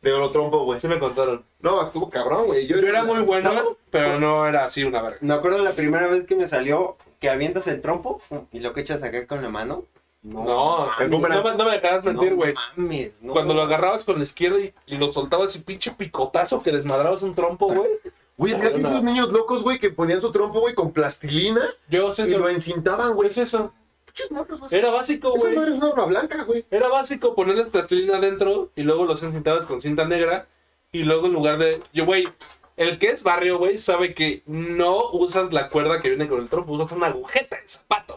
S1: De los trompos, güey.
S2: Así me contaron.
S1: No, estuvo cabrón, güey.
S2: Yo era muy
S1: Estaba-
S2: bueno, pero no era así una verga.
S3: Me acuerdo la primera vez que me salió que avientas el trompo y lo que echas acá con la mano.
S2: No,
S1: El
S2: no,
S1: boomerang.
S2: me- no me dejarás mentir, güey.
S3: mames, no.
S2: Cuando lo agarrabas con la izquierda y, y lo soltabas y pinche picotazo que desmadrabas un trompo, güey.
S1: Güey, había
S2: Bueno.
S1: muchos niños locos, güey, que ponían su trompo, güey, con plastilina
S2: Yo sé
S1: y
S2: eso.
S1: lo encintaban,
S2: ¿Qué
S1: güey.
S2: es eso?
S1: Pinches morros, güey.
S2: Era básico,
S1: Esa
S2: güey.
S1: madre es una arma blanca, güey.
S2: Era básico ponerles plastilina adentro y luego los encintabas con cinta negra y luego en lugar de... Yo, güey, el que es barrio, güey, sabe que no usas la cuerda que viene con el trompo, usas una agujeta de zapato.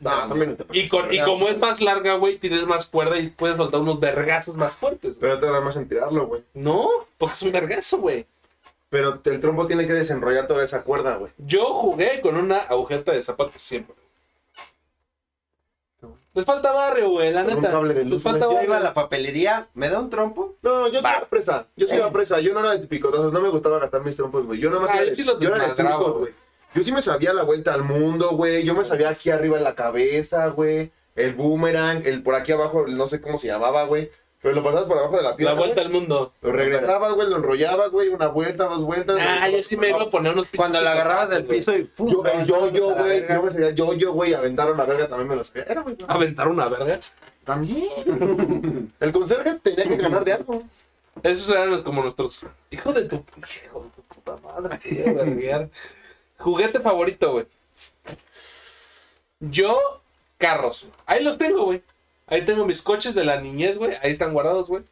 S1: No, también no te
S2: Y, con- y como es más larga, güey, tienes más cuerda y puedes soltar unos vergazos más fuertes. güey.
S1: Pero te da más en tirarlo, güey.
S2: No, porque es un vergazo, güey.
S1: Pero el trompo tiene que desenrollar toda esa cuerda, güey.
S2: Yo jugué con una agujeta de zapato siempre. Les falta barrio, güey, la
S1: Con un
S2: neta.
S1: cable de
S2: Les
S1: luz,
S2: falta
S1: güey.
S3: Yo iba a
S2: barrio.
S3: la papelería, me da un trompo.
S1: No, yo
S3: Va.
S1: soy presa. Yo soy la presa. Yo no era de picotazos. No me gustaba gastar mis trompos, güey. Yo nada más
S2: Eh. Ah,
S1: era
S2: yo
S1: de,
S2: sí los
S1: yo era de
S2: desmadraba,
S1: trucos,
S2: güey.
S1: güey. Yo sí me sabía la vuelta al mundo, güey. Yo me sabía aquí arriba en la cabeza, güey. El boomerang, el por aquí abajo, el no sé cómo se llamaba, güey. Pero lo pasabas por abajo de la
S2: La
S1: pierna.
S2: vuelta
S1: güey.
S2: al mundo.
S1: Lo regresabas, güey, lo enrollabas, güey, una vuelta, dos vueltas.
S2: Ah,
S1: regresabas
S2: yo sí me
S1: por
S2: iba a
S1: abajo.
S2: poner unos pinches
S3: Cuando la agarrabas del
S2: picotazos,
S3: piso y ¡pum!
S1: Yo, el yo-yo,
S3: a la
S1: güey.
S3: verga.
S1: Yo me sabía yo-yo, güey. Aventaron la verga también me lo sabía. Era muy
S2: güey. Aventar una verga.
S1: También. El conserje tenía que ganar de algo.
S2: Esos eran los- como nuestros. Hijo de tu. Hijo de tu puta madre, te iba a verguear. Juguete favorito, güey. Yo, carros. Ahí los tengo, güey. Ahí tengo mis coches de la niñez, güey. Ahí están guardados, güey.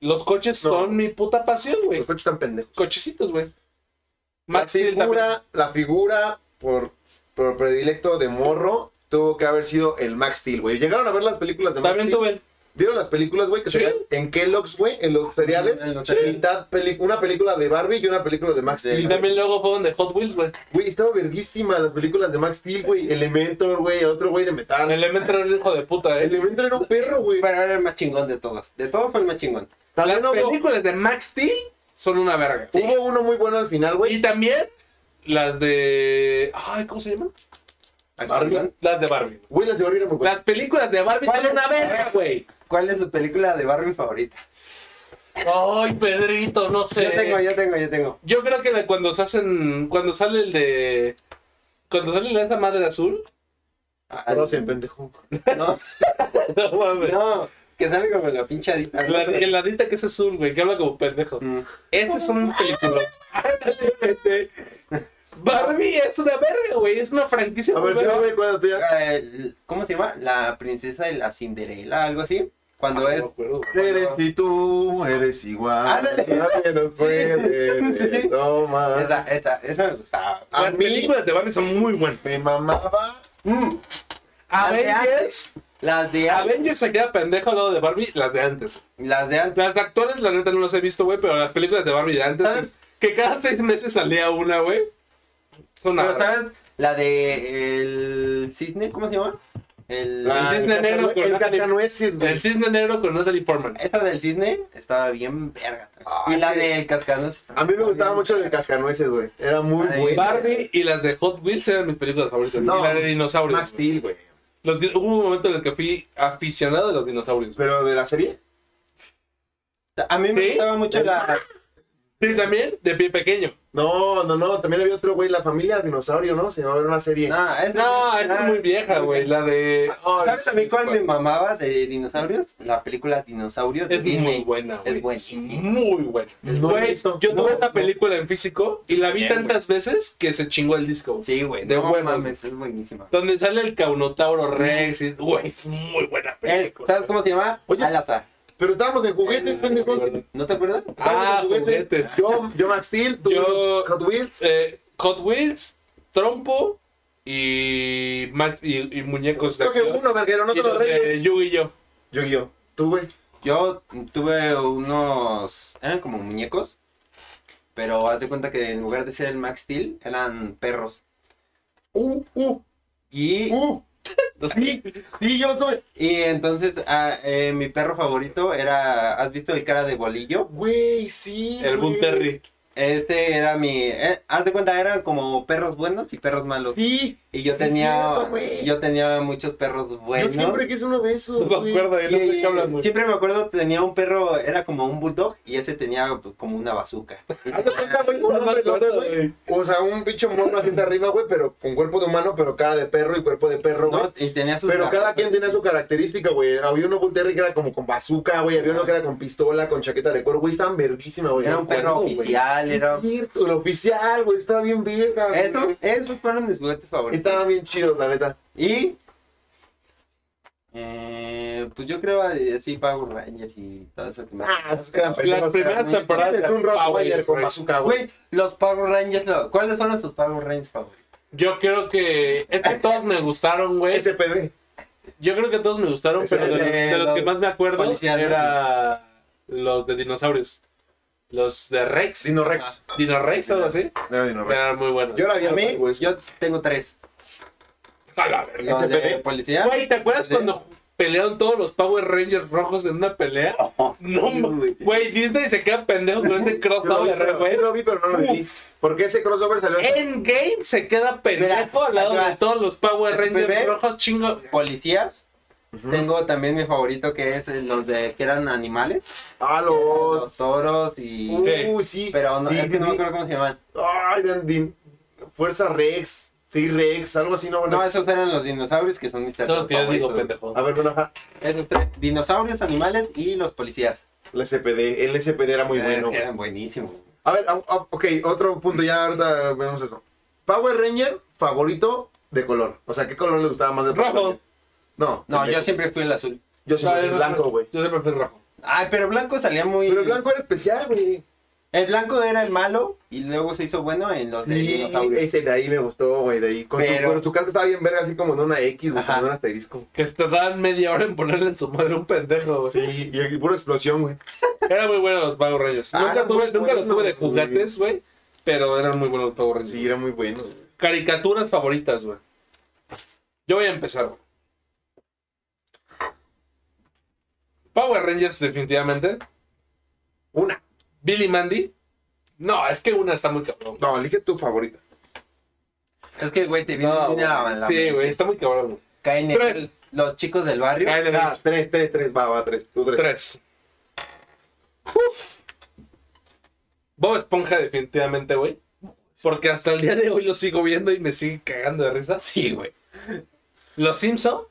S2: Los coches
S1: No.
S2: son mi puta pasión, güey.
S1: Los coches están pendejos.
S2: Cochecitos, güey.
S1: La
S2: Max Steel también.
S1: figura, la figura por, por predilecto de morro tuvo que haber sido el Max Steel, güey. Llegaron a ver las películas de Max
S2: También
S1: Steel?
S2: tuve.
S1: ¿Vieron las películas, güey? Que
S2: Sí.
S1: salían en Kellogg's, güey, en los cereales.
S3: En los
S1: Sí.
S3: cereales.
S1: Mitad peli- una película de Barbie y una película de Max
S3: De-
S1: Steel.
S2: Y
S1: güey.
S2: también luego fueron de Hot Wheels, güey.
S1: Güey, estaba verguísima las películas de Max Steel, güey. Elementor, güey, otro güey de metal.
S2: Elementor era un hijo de puta, eh.
S1: Elementor era un perro, güey.
S3: Pero era el más chingón de todos. De todos fue el más chingón.
S1: También
S2: Las
S1: hubo,
S2: películas de Max Steel son una verga.
S1: hubo uno muy bueno al final,
S2: Y
S1: güey.
S2: también las de. Ay, ¿cómo se llaman?
S3: ¿Al
S1: Barbie.
S3: chingón?
S2: Las de Barbie.
S1: Güey, las de Barbie eran muy buenas.
S2: Las películas de Barbie
S3: ¿Cuál
S2: son
S3: es?
S2: una verga, güey.
S3: ¿Cuál es su película de Barbie favorita?
S2: Ay, Pedrito, no sé.
S3: Yo tengo, yo tengo, yo tengo.
S2: Yo creo que de cuando se hacen. Cuando sale el de. Cuando sale la esa madre azul.
S1: Pero se Ah, pendejo.
S3: No,
S2: No mames.
S3: no, que sale como la pinchadita.
S2: La, el ladita que es azul, güey, que habla como pendejo.
S3: Mm.
S2: Este es un película. Barbie es una verga, güey. Es una franquicia.
S1: A
S2: muy
S1: ver,
S2: verga.
S1: yo me acuerdo, tía.
S3: Eh, ¿Cómo se llama? La princesa de la Cinderela, algo así. Cuando
S2: No me
S3: es.
S2: acuerdo.
S1: Eres ni tú, eres igual.
S3: Ándale.
S1: Nadie nos puede
S3: Sí.
S1: tomar.
S3: Esa, esa, esa me gustaba.
S1: A
S2: Las
S1: mí-
S2: películas de Barbie son muy buenas.
S1: Me mamaba.
S3: Las de
S2: Avengers.
S3: Las de antes.
S2: Avengers se queda pendejo al lado de Barbie, las de antes.
S3: Las de antes.
S2: Las de actores, la neta, no las he visto, güey, pero las películas de Barbie de antes,
S3: ¿Sabes?
S2: que cada seis meses salía una, güey, son una
S3: Pero,
S2: verga.
S3: ¿sabes? La de el cisne, ¿cómo se llama? El.
S1: La-
S2: cisne
S1: el
S2: negro
S1: cascanue-
S2: con
S1: El
S2: Natalie-
S1: cascanueces, güey.
S2: El cisne negro con Natalie Portman.
S3: Esta del cisne estaba bien verga.
S2: Ah,
S1: Ay,
S3: y la
S1: que-
S3: del cascanos.
S1: A mí me gustaba mucho el cascanueces, güey. Era muy
S3: Ay,
S1: bueno.
S2: Barbie y las de Hot Wheels eran mis películas favoritas.
S1: No,
S2: y la de dinosaurios.
S1: Max Steel, güey.
S2: Los di- hubo un momento en el que fui aficionado de los dinosaurios. güey.
S1: Pero de la serie.
S3: A mí me
S2: ¿Sí? Ah,
S3: gustaba mucho la.
S2: Sí, también de pie pequeño.
S1: No, no, no. También había otro, güey. La familia dinosaurio, ¿no? Se llamaba era una serie.
S2: Ah.
S3: No, esta
S2: No, esta es muy vieja, güey. La de. Ay,
S3: Ah, ¿Sabes a mí cuál me
S2: güey.
S3: mamaba de dinosaurios? La película Dinosaurio de
S2: Es
S3: Disney.
S2: muy buena, güey.
S3: Es buenísima.
S2: Muy buena.
S1: No la he
S2: Güey,
S1: visto.
S2: yo
S1: No,
S2: tuve esta
S1: no.
S2: película en físico y la vi
S1: Bien,
S2: tantas veces que se chingó el disco. güey.
S3: Sí, güey.
S2: De
S3: no
S2: huevos.
S3: mames, es buenísima.
S2: Donde sale el Caunotauro Rex. y- Güey, es muy buena
S3: El-
S2: película.
S3: ¿Sabes cómo se llama?
S1: Oye.
S3: Alata.
S1: Pero estábamos en juguetes, pendejos.
S3: ¿No te acuerdas?
S2: Ah,
S1: Estábamos en
S2: juguetes.
S1: Yo, yo Max Steel, tú
S2: Yo-
S1: Hot Wheels.
S2: Eh, Hot Wheels, Trompo y, Max- y, y muñecos de
S1: Creo que
S2: acción.
S1: uno, verguero, no
S2: y
S1: te lo
S2: los de
S1: reyes.
S2: Yu y yo.
S1: Yo, yo. Tú, güey.
S3: Yo tuve unos. Eran como muñecos. Pero haz de cuenta que en lugar de ser el Max Steel, eran perros.
S1: Uh, uh,
S3: Y,
S1: uh. Sí, sí, yo soy.
S3: y entonces ah, eh, mi perro favorito era. ¿Has visto el cara de bolillo?
S1: Güey, sí.
S2: El
S1: güey.
S2: Boon Terry.
S3: Este era mi. eh, haz de cuenta, eran como perros buenos y perros malos.
S1: Sí.
S3: Y yo
S1: sí,
S3: tenía.
S1: cierto, güey.
S3: yo tenía muchos perros buenos.
S1: Yo siempre quise uno de
S2: No
S1: esos.
S2: me
S1: güey.
S2: acuerdo,
S3: Y-
S2: eh, no sé qué hablas, güey.
S3: siempre me acuerdo, tenía un perro, era como un bulldog y ese tenía pues, como una bazuca.
S1: Haz de cuenta, güey, un
S2: No me
S1: hombre
S2: acuerdo,
S1: lobo, güey. O sea, un pinche mono así de arriba, güey, pero con cuerpo de humano, pero cara de perro y cuerpo de perro, güey.
S3: ¿no? Y tenía sus
S1: Pero
S3: garras-
S1: cada quien tenía su característica, güey. Había uno Bull Terry que era como con bazooka, güey. Había uno que era con pistola, con chaqueta de cuero, güey. Estaban verdísima, güey.
S3: Era un perro
S1: Güey.
S3: oficial,
S1: Es
S3: era-
S1: cierto, el oficial, güey. Estaba bien verga, güey.
S3: Esos, esos fueron mis juguetes favoritos.
S1: Estaban bien chidos, la neta.
S3: Y. eh, pues yo creo eh, así Power Rangers y todo eso que me.
S1: Ah, esos quedan pendejos.
S2: Las primeras
S1: Tienes
S2: temporadas
S1: un
S2: de
S1: Rottweiler
S2: Power
S1: con
S2: Rangers.
S1: bazooka, güey.
S3: Güey, los Power Rangers, lo- ¿cuáles fueron sus Power Rangers favoritos?
S2: Yo creo que. Es que todos me gustaron, güey.
S1: SPD.
S2: Yo creo que todos me gustaron,
S1: Ese
S2: pero de,
S3: de
S2: los- de los
S3: los
S2: que más me acuerdo
S3: policías, ¿no?
S2: era los de dinosaurios. Los de Rex.
S1: Dino Rex.
S2: Dino Rex, algo así.
S1: Era Dino Rex.
S2: Eran muy buenos.
S1: Yo la vi
S3: Ah. A
S1: en
S3: mí,
S1: los güey.
S3: yo tengo tres.
S2: A la verga.
S3: Los de
S1: ¿SPD?
S3: policía.
S2: Güey, ¿te acuerdas
S3: Sí.
S2: cuando pelearon todos los Power Rangers rojos en una pelea? No,
S3: Sí,
S2: ma- güey, Disney se queda pendejo con ese
S1: Yo lo vi,
S2: crossover,
S1: pero-
S2: güey.
S1: yo lo vi, pero no lo vi. Porque ese crossover salió.
S3: Eh.
S2: Endgame se queda pendejo
S3: Mira,
S2: al lado
S3: ahí va.
S2: de todos los Power
S3: Este
S2: Rangers
S3: bebé.
S2: rojos, chingo.
S3: Policías.
S1: Ujú.
S3: Tengo también mi favorito que es eh, los de que eran animales.
S1: A los.
S3: Los toros y.
S1: Uy, sí.
S3: Pero no,
S1: Sí,
S3: es que no me
S1: sí.
S3: acuerdo cómo se llaman.
S1: Ay, eran din- Fuerza Rex, T-Rex, algo así, ¿no?
S3: No, esos eran los dinosaurios que son mis
S2: Son los que yo digo, pendejo.
S1: A ver, Bonaja,
S3: Esos tres. Dinosaurios, animales y los policías.
S1: la SPD. El SPD era muy
S3: Eh,
S1: bueno. güey.
S3: Eran buenísimos.
S1: A ver, a- a- ok, otro punto, ya ahorita vemos eso. Power Ranger favorito de color. O sea, ¿qué color le gustaba más de Power
S2: Rojo.
S1: Ranger? No,
S3: No, yo
S1: pendejo.
S3: siempre fui el azul.
S1: Yo
S2: O sea,
S1: soy
S2: eso-
S1: blanco, güey.
S2: Yo siempre fui rojo.
S3: Ay, pero blanco salía muy.
S1: Pero el blanco era especial, güey.
S3: El blanco era el malo y luego se hizo bueno en los de
S1: Sí,
S3: dinosaurios.
S1: ese de ahí me gustó, güey, de ahí. Con
S3: Pero-
S1: tu, con tu casco estaba bien verga, así como en una X, güey,
S3: Ajá.
S1: como en un asterisco.
S2: Que te dan media hora en ponerle en su madre un pendejo, güey.
S1: Sí, y, y pura explosión, güey.
S2: Eran muy buenos los Power Rangers.
S1: Ah,
S2: nunca
S1: eran
S2: tuve,
S1: muy
S2: nunca los
S1: buenos,
S2: tuve de
S1: güey.
S2: juguetes, güey. Pero eran muy buenos los Power Rangers.
S1: Sí, era muy bueno.
S2: Caricaturas favoritas, güey. Yo voy a empezar, güey. Power Rangers, definitivamente.
S1: Una.
S2: Billy Mandy. No, es que una está muy cabrón.
S1: No, elige tu favorita.
S3: Es que, güey, te viene
S2: No,
S3: bien a
S2: güey.
S3: la-
S2: sí, güey, está muy cabrón. güey.
S3: Caen en-
S2: Tres.
S3: los chicos del barrio.
S2: Caen en
S1: Ah, tres, tres, tres, va, va, tres. Tú tres.
S2: tres. Uf. Bob Esponja, definitivamente, güey. Porque hasta el día de hoy lo sigo viendo y me sigue cagando de risa. Sí, güey. Los Simpson.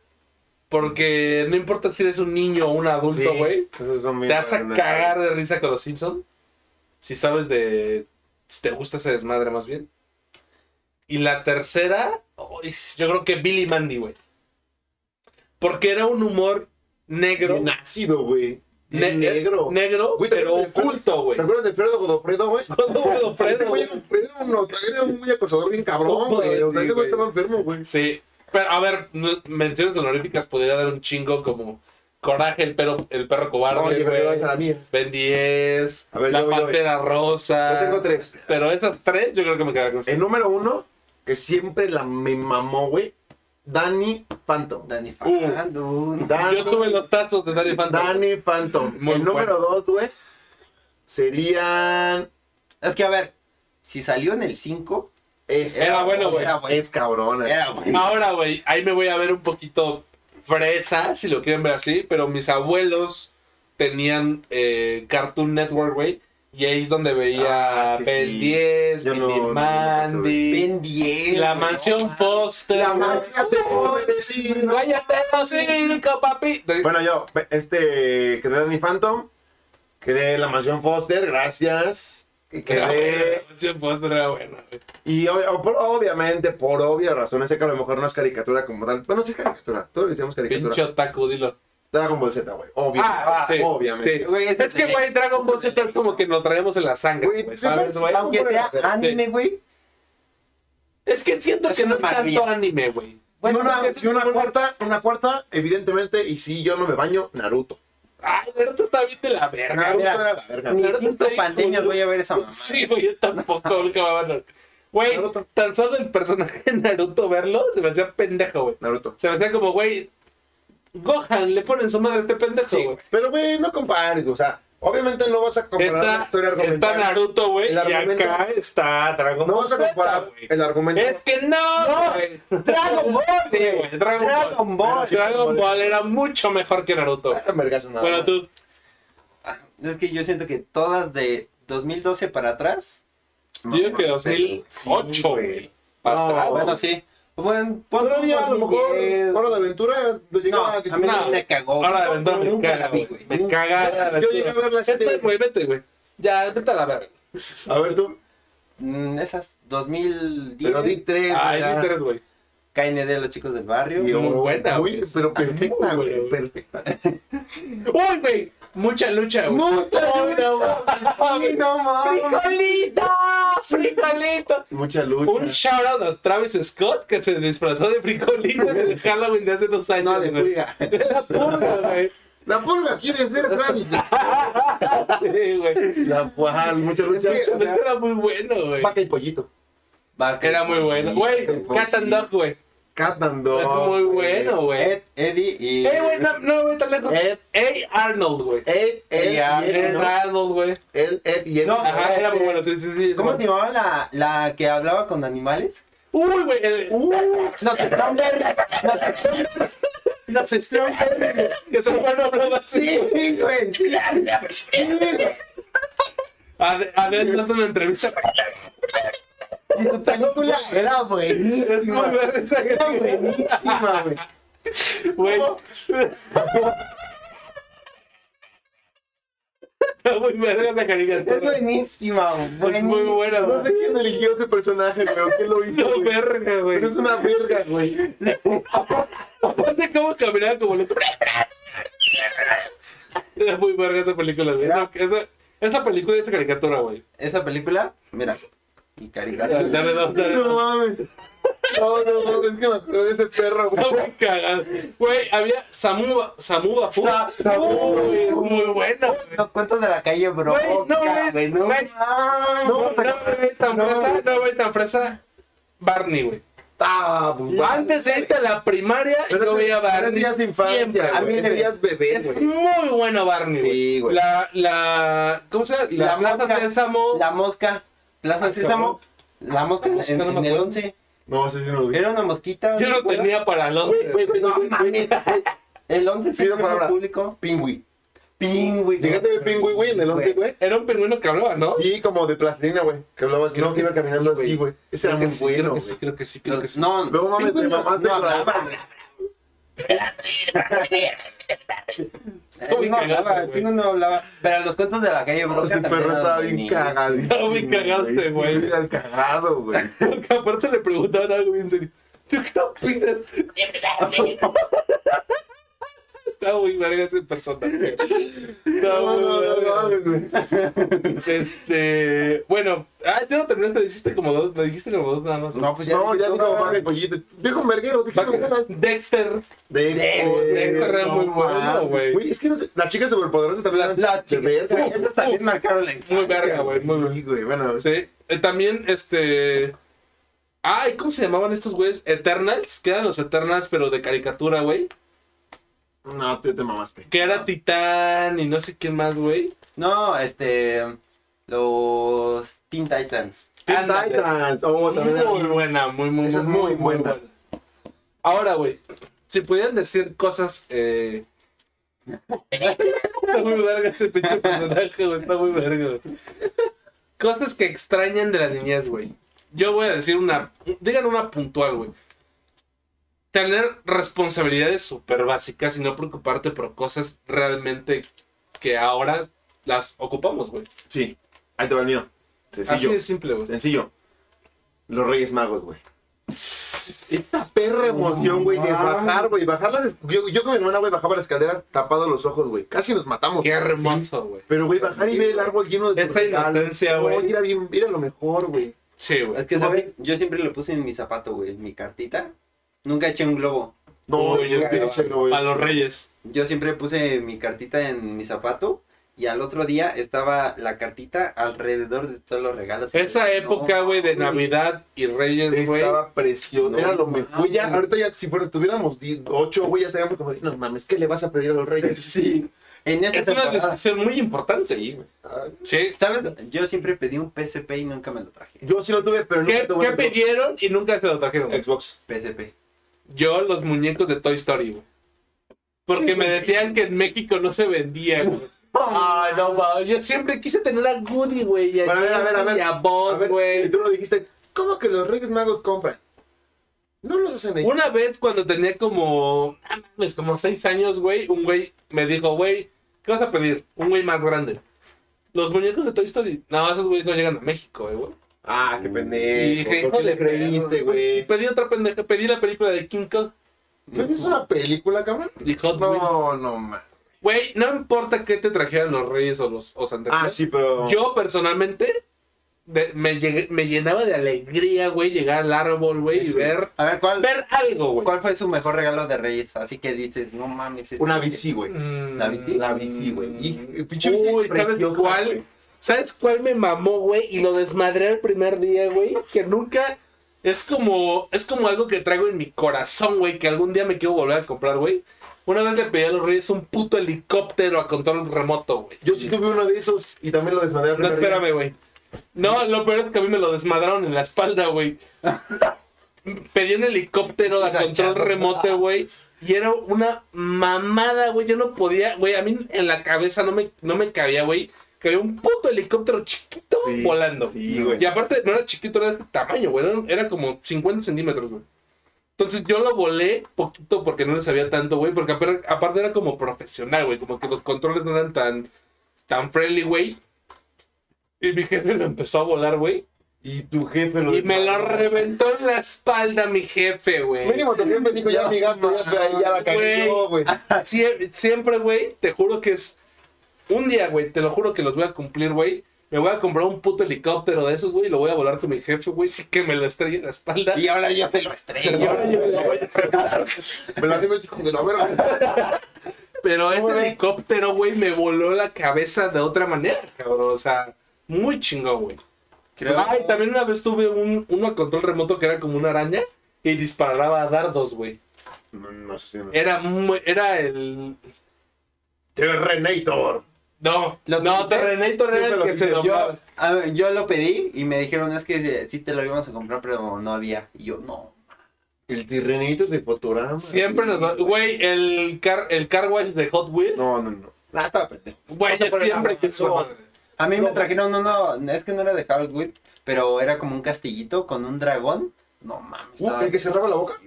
S2: Porque no importa si eres un niño o un adulto, güey.
S1: esos son bien
S2: Te vas a
S1: buenos.
S2: cagar de risa con los Simpson. Si sabes de. Si te gusta ese desmadre más bien. Y la tercera. uy, yo creo que Billy Mandy, güey. Porque era un humor negro.
S1: Bien ácido, güey.
S2: ne- eh,
S1: Bien negro.
S2: Negro,
S1: Güey, ¿te
S2: pero
S1: acuerdas de-
S2: oculto, güey.
S1: ¿Te acuerdas de Fredo Godofredo, güey?
S2: Todo pedo
S1: Este
S2: preso,
S1: güey
S2: güey.
S1: era un- era un nota- era un muy acosador bien cabrón,
S2: Todo,
S1: güey. O sea,
S2: sí,
S1: este güey
S2: güey.
S1: estaba enfermo, güey.
S2: Sí. Pero a ver, no- menciones honoríficas podría dar un chingo como Coraje, el perro, el perro cobarde,
S1: Oye, pero
S2: güey.
S1: esa es la mía.
S2: Ben 10,
S1: A ver,
S2: La
S1: yo voy, yo voy.
S2: Pantera Rosa.
S1: Yo tengo tres.
S2: Pero esas tres, yo creo que me quedaré con esas.
S1: El número uno, que siempre la me mamó, güey. Danny Phantom.
S3: Danny
S2: Uh.
S3: Fajardo.
S1: Dan-
S2: Yo tuve los tazos de Danny Phantom.
S1: Danny Phantom.
S2: Muy
S1: el número dos, güey, serían...
S3: Es que, a ver, si salió en el 5,
S1: Es,
S2: Era bueno, güey.
S3: Era bueno.
S1: Es cabrona.
S3: Era bueno.
S2: Ahora, güey, ahí me voy a ver un poquito fresa, si lo quieren ver así, pero mis abuelos tenían eh, Cartoon Network, güey, y ahí es donde veía
S1: Ah, es que
S2: Ben
S1: sí.
S2: 10,
S1: Yo
S2: Billy
S1: no- no,
S2: Mandy,
S3: Ben 10.
S2: La
S3: güey,
S2: Mansión
S3: no,
S2: Foster,
S1: La
S2: güey.
S1: marca te puede decir.
S2: ¡Cállate los cinco, papi!
S1: Bueno, yo, pe- este, quedé Danny Phantom, quedé la mansión Foster, gracias. Y
S2: Era buena,
S1: quedé.
S2: la Mansión Foster era buena, güey.
S1: Y ob- o- por- obviamente, por obvias razones, sé que a lo mejor no es caricatura como tal. Bueno, sí es caricatura, todos le decíamos caricatura.
S2: Pinche otaku, dilo.
S1: Dragon Ball Z, güey. Obvio.
S2: Ah, sí,
S1: obviamente.
S2: sí.
S3: Güey, ese
S2: Es que,
S3: tenía-
S2: güey, Dragon Ball Z es como que lo traemos en la sangre,
S1: Güey,
S2: güey,
S1: sí,
S2: ¿sabes, güey?
S3: Aunque sea
S1: Sí.
S3: anime, güey.
S2: Es que siento
S3: Es
S2: que no
S3: una
S2: es tanto
S3: maravilla.
S2: anime, güey.
S1: y
S3: Bueno,
S1: una,
S2: porque eso
S1: y una
S2: es muy
S1: cuarta, una cuarta, evidentemente, y si yo no me baño, Naruto.
S2: Ay, Naruto está bien de la verga.
S1: Naruto
S3: mira.
S1: era la verga.
S3: Ni
S2: Claro, está
S3: cinco
S2: bien
S3: pandemias
S2: culero.
S3: voy a ver esa mamá.
S2: Sí, güey, yo tampoco nunca me van a- Güey,
S1: Naruto.
S2: tan solo el personaje de Naruto verlo se me hacía pendejo, güey.
S1: Naruto.
S2: Se me hacía como, güey, Gohan le ponen su madre a este pendejo,
S1: Sí,
S2: güey.
S1: Pero, güey, no compares, o sea, Obviamente no vas a comparar la
S2: Está,
S1: historia
S2: está
S1: argumental.
S2: Naruto, güey,
S1: El
S2: y
S1: argumento-
S2: acá está Dragon
S1: No
S2: Ball
S1: vas a
S2: Z,
S1: comparar
S2: güey.
S1: el argumento.
S2: Es que no, güey.
S3: Dragon Ball,
S2: Sí,
S3: güey.
S2: güey, Dragon,
S3: Dragon Ball.
S2: Ball. Dragon Ball era mucho mejor que Naruto.
S1: Ah, vergazo, nada
S2: Bueno,
S1: más.
S2: tú,
S3: Es que yo siento que todas de 2012 para atrás.
S2: yo digo que 2008,
S1: Sí, güey.
S2: güey. Para
S1: No,
S2: atrás.
S3: Ah, Bueno, sí. Bueno, pon
S1: Todavía a lo mejor
S3: 2010.
S1: Hora de Aventura eh, lo
S3: No,
S1: llegaba a
S3: a mí
S1: disfrutar.
S3: me cagó.
S2: Ahora de
S3: No,
S2: verdad me
S3: nunca
S2: caga,
S3: la vi,
S2: güey.
S3: güey.
S2: Me caga. la
S1: Yo
S2: aventura.
S1: llegué a ver la
S2: Vete,
S1: serie.
S2: güey, vete, güey. Ya, vete a la verga.
S1: A ver tú.
S3: Mm, Esas, 2010.
S1: Pero di tres.
S2: Ay,
S1: ya.
S2: no interés, güey.
S3: KND, los chicos del barrio.
S1: Sí,
S2: Muy buena,
S1: muy-
S2: güey.
S1: Pero perfecta,
S2: Muy
S1: güey.
S2: buena.
S1: Perfecta.
S2: ¡Uy, güey! Mucha lucha, güey.
S1: Mucha
S2: Ay, no,
S1: Ay,
S2: mames.
S1: no mames.
S2: ¡Frijolito! ¡Frijolito!
S1: Mucha lucha.
S2: Un shout out a Travis Scott que se disfrazó de frijolito en el Halloween de hace dos años.
S3: No, de
S2: güey.
S3: pulga.
S2: De la pulga, güey.
S1: La pulga quiere ser Travis.
S2: Sí, güey.
S1: La ajá, mucha lucha.
S2: Mucha lucha era muy bueno, güey.
S1: Vaca y pollito.
S3: Vaca.
S2: Era muy bueno. Güey, Cat and Dog, güey.
S1: Cat and Dog.
S2: Es muy bueno, güey.
S3: Ed, Eddie
S2: Ey,
S3: y.
S2: Eh, güey, no, no voy tan lejos.
S3: Eh,
S1: Ed.
S2: Ey, Arnold, güey.
S1: Ed, Ed, y
S3: Ya,
S1: Ed,
S2: Ed
S1: ¿no?
S2: Arnold, güey.
S1: Ed, Ed y Ed.
S3: No,
S2: Ajá, era muy bueno, sí, sí, sí. es
S3: Eh, ¿Cómo
S2: bueno.
S3: se llamaba la, la que hablaba con animales?
S2: Uy, güey. el-
S3: No, te Stromberg. No, te Stromberg. No, te Stromberg.
S2: Que se fue no hablaba así.
S3: Sí, güey. Sí, güey.
S2: A ver, a ver, dando una entrevista.
S3: Y su película era
S2: Es muy
S3: buenísima.
S2: buena esa
S3: Era
S2: gente,
S3: buenísima, güey.
S2: güey. Está muy verga esa
S3: Es
S2: caricatura.
S3: buenísima, güey.
S2: Es muy buena,
S1: No sé
S2: güey.
S1: quién eligió este personaje, pero ¿quién lo hizo?
S2: No,
S1: güey?
S2: verga, güey.
S1: Pero es una verga, güey.
S2: Aparte, cómo caminaba como loco. Era muy verga esa película, güey. Esa, esa, esa película y esa caricatura, güey.
S3: Esa película, mira. Y caricatura.
S2: Dale dos, dale
S1: No
S2: dos.
S1: mames. No, no, no, es que me acordé de ese perro, güey.
S2: Está muy cagada. Güey, había Samu, Samu Bafu.
S1: Ah,
S3: Sa- Samu
S2: Uy, es muy buena, güey.
S3: Los cuentos de la calle, bro.
S2: Güey, no, güey,
S3: güey. No,
S2: güey. No,
S3: mames.
S2: no, güey, tan
S1: no.
S2: fresa, no, güey, tan fresa. Barney, güey.
S1: Ah, pues, va.
S2: Antes de irte a la primaria,
S1: Pero
S2: yo
S1: ese-
S2: veía a
S1: pero
S2: Barney.
S1: ese ya es
S2: siempre,
S1: infancia,
S2: güey.
S1: güey. Ese ya es bebé,
S2: Es
S1: güey.
S2: muy bueno Barney, güey.
S1: Sí, güey.
S2: La, la, ¿cómo se llama? La, Plaza
S3: mosca,
S2: Sésamo.
S3: La mosca. Plaza
S2: Ah,
S3: Sésamo. La mosca en,
S2: mosca, no me
S3: en el
S2: acuerdo.
S3: 11.
S1: No, ese sí no lo vi.
S3: Era una mosquita.
S2: Yo no
S3: ¿te acuerdas?
S2: tenía para los.
S1: Güey, güey, güey,
S3: No
S1: güey, güey.
S3: El 11
S1: Pido
S3: siempre fue
S1: palabra.
S3: público.
S1: Pingüi.
S3: Pingüino.
S1: ¿Llegaste a ver Pingüi, güey, en el 11, güey?
S2: Era un pingüino que hablaba, ¿no?
S1: Sí, como de plastilina, güey. Que hablabas,
S2: Creo
S1: no,
S2: que
S1: que iba caminando así, güey. Ese era
S2: Creo que
S1: muy
S2: sí,
S1: bueno,
S2: creo que
S1: güey.
S2: sí, creo que sí, creo que sí.
S3: No,
S1: No mames, te
S3: Pingüino
S1: mamaste
S3: no
S1: con la-
S3: hablaba.
S2: Está muy
S3: no
S2: cagazo,
S3: hablaba, el
S2: güey.
S3: pingüino no hablaba. Pero los cuentos de la calle, bro.
S1: Ese perro estaba bien cagado.
S2: Estaba bien cagaste, güey.
S1: Era el cagado, güey.
S2: Porque aparte le preguntaban algo bien serio. ¿Tú qué opinas? Está muy verga ese personaje. Está
S1: No,
S2: muy
S1: no, no,
S2: verga.
S1: no, güey.
S2: Este. Bueno, ah, ya no terminaste, dijiste como dos, me dijiste como dos nada más.
S3: No, pues ya.
S1: No,
S3: dije
S1: ya
S3: todo,
S1: dijo
S3: güey.
S1: vaca y pollito. Dijo merguero, dije mergueras.
S2: Dexter.
S1: De,
S2: Dexter era
S3: no
S2: muy bueno,
S3: mames.
S2: güey.
S1: Güey, es que no sé, las chicas superpoderosas también eran
S3: Las
S1: de
S3: chicas.
S1: verga.
S3: güey, Esas también
S2: Uf.
S3: marcaron la infancia,
S2: Muy verga, güey. Muy
S1: Sí, güey, bueno.
S2: Sí. Eh, también, este. Ay, ¿cómo se llamaban estos güeyes? Eternals, que eran los Eternals, pero de caricatura, güey.
S1: No, te, te mamaste.
S2: Que era Titán y no sé quién más, güey.
S3: No, este. Los Teen Titans.
S1: Teen
S2: Ándale.
S1: Titans. Oh, también era
S2: Muy buena, muy, muy,
S1: Esa es
S2: muy,
S1: muy buena.
S2: Ahora, güey, si pudieran decir cosas. Eh... está muy verga ese pinche personaje, güey. Está muy verga, güey. Cosas que extrañan de la niñez, güey. Yo voy a decir una. Digan una puntual, güey. Tener responsabilidades súper básicas y no preocuparte por cosas realmente que ahora las ocupamos, güey.
S1: Sí. Ahí te va el mío.
S2: Así
S1: Sencillo.
S2: de simple, güey.
S1: Sencillo. Los Reyes Magos, güey. Esta perra emoción, güey, de bajar, güey. Bajar las. Yo, yo con mi hermana, güey, bajaba las escaleras tapado los ojos, güey. Casi nos matamos.
S2: Qué
S1: Sí.
S2: hermoso, güey.
S1: Pero, güey, bajar y ver el árbol lleno de.
S2: Esa
S1: regalos.
S2: inocencia,
S1: No,
S2: güey.
S1: Era, bien, era lo mejor, güey.
S2: Sí, güey.
S3: Es que, ¿saben? Yo siempre lo puse en mi zapato, güey. En mi cartita. Nunca eché un globo.
S1: No,
S2: Uy, yo
S1: güey,
S2: creo-
S1: échalo, güey.
S2: A los reyes.
S3: Yo siempre puse mi cartita en mi zapato y al otro día estaba la cartita alrededor de todos los regalos.
S2: Esa
S3: No,
S2: época, güey, de Navidad y Reyes, güey.
S1: Estaba precioso.
S3: No,
S1: era lo mejor.
S3: mames.
S1: Güey, ya, ahorita ya, si fuera- tuviéramos 8, güey, ya estaríamos como, de, no mames, ¿qué le vas a pedir a los reyes?
S3: Sí. En esta
S2: Es una
S3: temporada.
S2: decisión muy importante.
S1: Sí, güey. Ah,
S2: Sí.
S3: ¿Sabes? Yo siempre pedí un PSP y nunca me lo traje.
S1: Yo sí lo tuve, pero nunca
S2: ¿Qué,
S1: tuve
S2: qué
S1: un Xbox.
S2: pidieron y nunca se lo trajeron? güey?
S1: Xbox.
S3: PSP.
S2: Yo los muñecos de Toy Story, güey. Porque me decían que en México no se vendía, güey. Ay, no, va. Yo siempre quise tener a Goody, güey. Y a,
S1: Bueno, a ver, a ver, a ver.
S2: y a
S1: A
S2: Buzz,
S1: ver,
S2: güey.
S1: Y tú lo dijiste, ¿cómo que los Reyes Magos compran? No los hacen ellos.
S2: Una vez cuando tenía como, ah, mames, como seis años, güey, un güey me dijo, güey, ¿qué vas a pedir? Un güey más grande. Los muñecos de Toy Story. No, esos güeyes no llegan a México, eh, güey.
S1: Ah, qué
S2: Y
S1: pendejo.
S2: dije,
S1: ¿Por qué
S2: híjole,
S1: le creíste, güey?
S2: Pedí otra pendeja, pedí la película de King Kong
S1: ¿Pediste una película, cabrón?
S2: y Hot Wheels.
S1: No, no, ma.
S2: Güey, no importa qué te trajeran los Reyes o los o Santa
S1: Ah,
S2: Claus.
S1: sí, pero...
S2: Yo personalmente de- me, llegué- me llenaba de alegría, güey, llegar al árbol, güey, y
S1: Sí.
S2: ver,
S3: A ver, ¿cuál,
S2: ver algo, güey.
S3: ¿cuál fue su mejor regalo de Reyes? Así que dices, no mames. este-
S1: Una bici, güey.
S2: Mm.
S3: ¿La bici?
S1: La bici, güey. Y, y pinche bici
S2: Uy, ¿sabes
S1: preciosa,
S2: cuál?
S1: güey.
S2: ¿Sabes cuál me mamó, güey? Y lo desmadré el primer día, güey. Que nunca. Es como. Es como algo que traigo en mi corazón, güey. Que algún día me quiero volver a comprar, güey. Una vez le pedí a los reyes un puto helicóptero a control remoto, güey.
S1: Yo sí tuve uno de esos y también lo desmadré. al
S2: No,
S1: primer día.
S2: espérame, güey. No, lo peor es que a mí me lo desmadraron en la espalda, güey. Pedí un helicóptero a control remoto, güey. Y era una mamada, güey. Yo no podía, güey. A mí en la cabeza no me, no me cabía, güey. Que había un puto helicóptero chiquito
S1: Sí,
S2: volando.
S1: Sí, güey.
S2: Y aparte, no era chiquito, era de este tamaño, güey. Era, era como 50 centímetros, güey. Entonces yo lo volé poquito porque no le sabía tanto, güey. Porque aper- aparte era como profesional, güey. Como que los controles no eran tan, tan friendly, güey. Y mi jefe lo empezó a volar, güey.
S1: Y tu jefe lo
S2: Y me lo
S1: desmadró.
S2: reventó en la espalda mi jefe, güey.
S1: Mínimo tu jefe dijo, ya mi gasto, ya, fue ahí, ya la cagué
S2: Güey.
S1: yo, güey.
S2: Sie- siempre, güey, te juro que es... Un día, güey, te lo juro que los voy a cumplir, güey. Me voy a comprar un puto helicóptero de esos, güey. y Lo voy a volar con mi jefe, güey. Sí que me lo estrelle en la espalda.
S3: Y ahora yo te lo estrello.
S2: Y ahora yo lo voy a sacar.
S1: Me la dimos hijo de la verga.
S2: Pero este
S1: güey.
S2: helicóptero, güey, me voló la cabeza de otra manera, cabrón. O sea, muy chingón, güey.
S3: Creo-
S2: Ay, también una vez tuve un, uno a control remoto que era como una araña y disparaba a dardos, güey.
S1: No, no sé si no.
S2: Era, muy- era el...
S1: Terrenator.
S2: No,
S3: ¿Lo
S2: no,
S3: tuviste?
S2: Terrenator era
S1: Siempre
S2: el
S1: lo
S2: que se
S1: quise.
S3: Yo,
S2: doblaba.
S3: a ver, yo lo pedí y me dijeron es que eh, sí te lo íbamos a comprar, pero no había. Y yo, no.
S1: El Terrenator de Fotorama.
S2: Siempre nos... va- Güey, el car, el car wash de Hot Wheels.
S1: No, no, no. Ah, estaba pendejo.
S2: Güey,
S1: Vamos a
S2: es
S1: poner
S2: siempre que
S1: Amazon.
S2: son...
S3: A mí me
S1: No.
S3: trajeron uno, es que no era de Harold Wood, pero era como un castillito con un dragón. No mames.
S1: Uh,
S3: estaba-
S1: ¿el que cerraba la boca?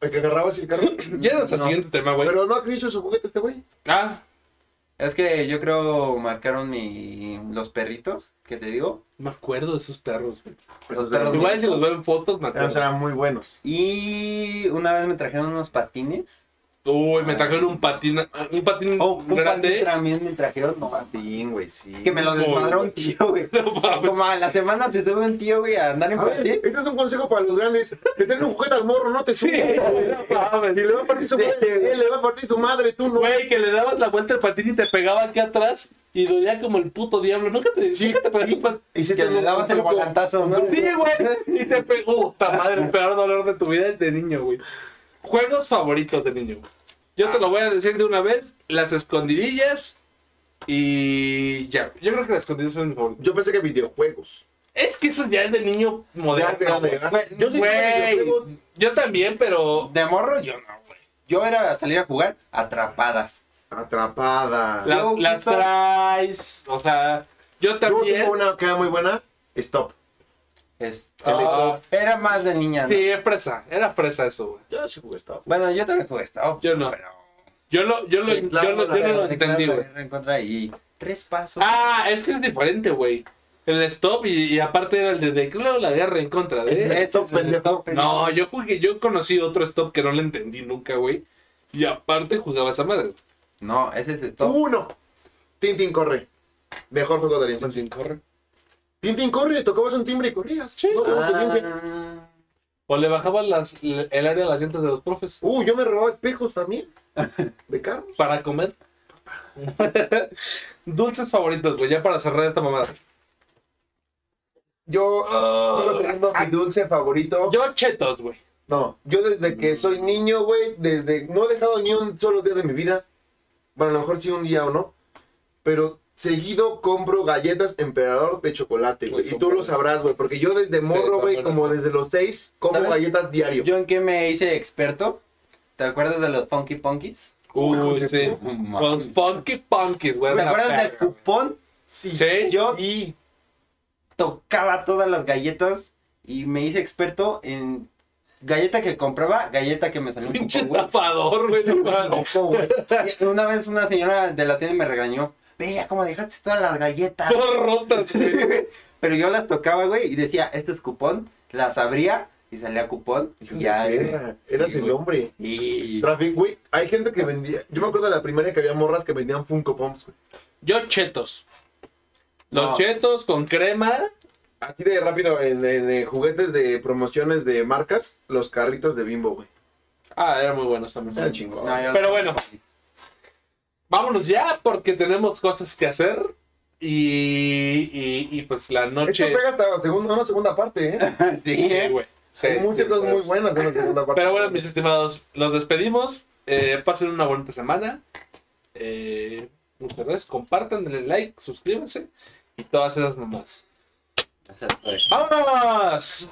S1: El que agarraba así el carro.
S2: Llévanos al
S3: No.
S2: siguiente tema, güey.
S1: Pero no ha dicho su juguete este güey.
S2: Ah,
S3: Es que yo creo marcaron mi los perritos, que te digo.
S2: me acuerdo de esos perros, güey.
S1: Esos
S3: perros
S1: eran-
S2: Igual si los veo en fotos, me acuerdo.
S1: Esos eran muy buenos.
S3: Y una vez me trajeron unos patines.
S2: Uy, me trajeron un patín, un patín
S3: Oh, un patín
S2: grande.
S3: también me trajeron. No, mames,
S1: Patín, Ah, güey, sí.
S3: que me lo
S2: Uy,
S3: desmadró
S2: güey.
S3: un tío, güey.
S2: No mames.
S3: Como a la semana se sube un tío, güey, a andar en
S1: A ver,
S3: patín.
S1: este es un consejo para los grandes. Que tenga un juguete al morro, no te
S2: Sí,
S1: subas.
S2: no
S1: Y
S2: mames.
S1: le va a partir su madre, él le va a partir su madre, tú no.
S2: Güey, que le dabas la vuelta al patín y te pegaba aquí atrás y dolía como el puto diablo. Nunca te,
S1: Sí,
S2: nunca te pegaste
S1: sí.
S2: un pat-
S1: Y si
S3: Que le dabas el volantazo, ¿no?
S2: Sí, güey. Y te pegó. Puta madre, el peor dolor de tu vida es de niño, güey. Juegos favoritos de niño, güey. Yo te lo voy a decir de una vez. Las escondidillas y ya. Yo creo que las escondidillas son mis favoritos.
S1: Yo pensé que videojuegos.
S2: Es que eso ya es de niño
S1: Ya es de
S2: moderno.
S1: grande,
S2: güey.
S1: ¿verdad? Yo sí tuve
S2: Güey,
S1: videojuegos.
S2: yo también, pero
S3: De morro yo no, güey. Yo era salir a jugar atrapadas.
S1: Atrapada.
S2: la-
S3: Yo,
S2: las
S3: quizá-
S2: traes, o sea, yo
S1: Yo
S2: también.
S1: tengo una que era muy buena. Stop.
S3: Es-
S2: Ah.
S3: Este, Era más de niña, ¿no?
S2: Sí, es presa, era presa eso, güey.
S1: Yo sí jugué Stop.
S3: Bueno, yo también jugué esta.
S2: Yo no.
S3: Pero...
S2: Yo lo, yo lo,
S1: Sí, claro,
S2: yo lo-
S1: la
S2: yo no lo
S3: Declarar
S2: entendí,
S3: la
S2: güey.
S3: guerra en contra y tres pasos.
S2: Ah, es que es diferente, güey. El stop y, y aparte era el de declaro la guerra en contra de.
S3: Ese
S1: Stop,
S3: es el
S1: pendejo.
S3: stop, pendejo.
S2: No, yo jugué, yo conocí otro stop que no le entendí nunca, güey. Y aparte jugaba esa madre.
S3: No, ese es el stop.
S2: Uh,
S1: Uno. Tintin corre. Mejor juego de la
S2: Con
S1: infancia.
S2: sin correr.
S1: Tintin corre, tocabas un timbre y corrías. No, como que piense.
S3: Ah.
S2: O le bajaban las, el área de las llantas de los profes.
S1: Uh, yo me robaba espejos también. De carros.
S2: Para comer. Dulces favoritos, güey, ya para cerrar esta mamada.
S1: Yo sigo teniendo mi dulce favorito.
S2: Yo chetos, güey.
S1: No, yo desde que soy niño, güey, desde no he dejado ni un solo día de mi vida Bueno, a lo mejor sí un día o no. Pero seguido compro galletas emperador de chocolate,
S2: Güey,
S1: güey. Y
S2: son
S1: tú lo
S2: buenas.
S1: sabrás, güey. Porque yo desde morro,
S2: son
S1: güey,
S2: buenas.
S1: como desde los seis, como
S3: ¿Sabes?
S1: galletas diario.
S3: ¿Yo en qué me hice experto? ¿Te acuerdas de los Funky Punkies?
S2: Uy, sí. Con Spunky Punkies, güey.
S3: ¿Me
S2: la
S3: acuerdas del
S2: verga.
S3: cupón?
S1: Sí.
S2: Sí.
S3: Yo
S1: Y
S3: tocaba todas las galletas y me hice experto en galleta que compraba, galleta que me salió un
S2: Pinche
S3: cupón, güey.
S2: estafador, güey. no mames.
S3: Loco, güey. Y Una vez una señora de la tienda me regañó. Vea, cómo dejaste todas las galletas.
S2: Todas rotas, güey.
S3: Pero yo las tocaba, güey, y decía, este es cupón. Las abría y salía cupón.
S1: Hijo
S3: y
S1: de
S3: ya, eh. güey.
S1: perra, eras
S3: Sí,
S1: el
S3: güey.
S1: hombre.
S3: Y...
S1: Trafic, güey, hay gente que vendía. Yo me acuerdo de la primaria que había morras que vendían Funko Pops, güey.
S2: Yo chetos. Los
S3: No.
S2: chetos con crema.
S1: Así de rápido, en, en, eh, juguetes de promociones de marcas, los carritos de bimbo, güey.
S2: Ah, eran muy buenos también.
S1: Era chingón.
S3: No, yo-
S2: Pero bueno. Vámonos ya porque tenemos cosas que hacer. Y, y, y, pues la
S1: Esto
S2: noche...
S1: pega hasta segunda, una segunda parte, ¿eh?
S3: Sí,
S2: Sí, güey. Sí.
S1: Hay muchas cosas muy buenas de una segunda parte.
S2: Pero bueno, mis estimados, los despedimos. Eh, pasen una bonita semana. Eh, muchas gracias. Compartan, denle like, suscríbanse. Y todas esas nomás.
S3: Exacto.
S2: ¡Vámonos!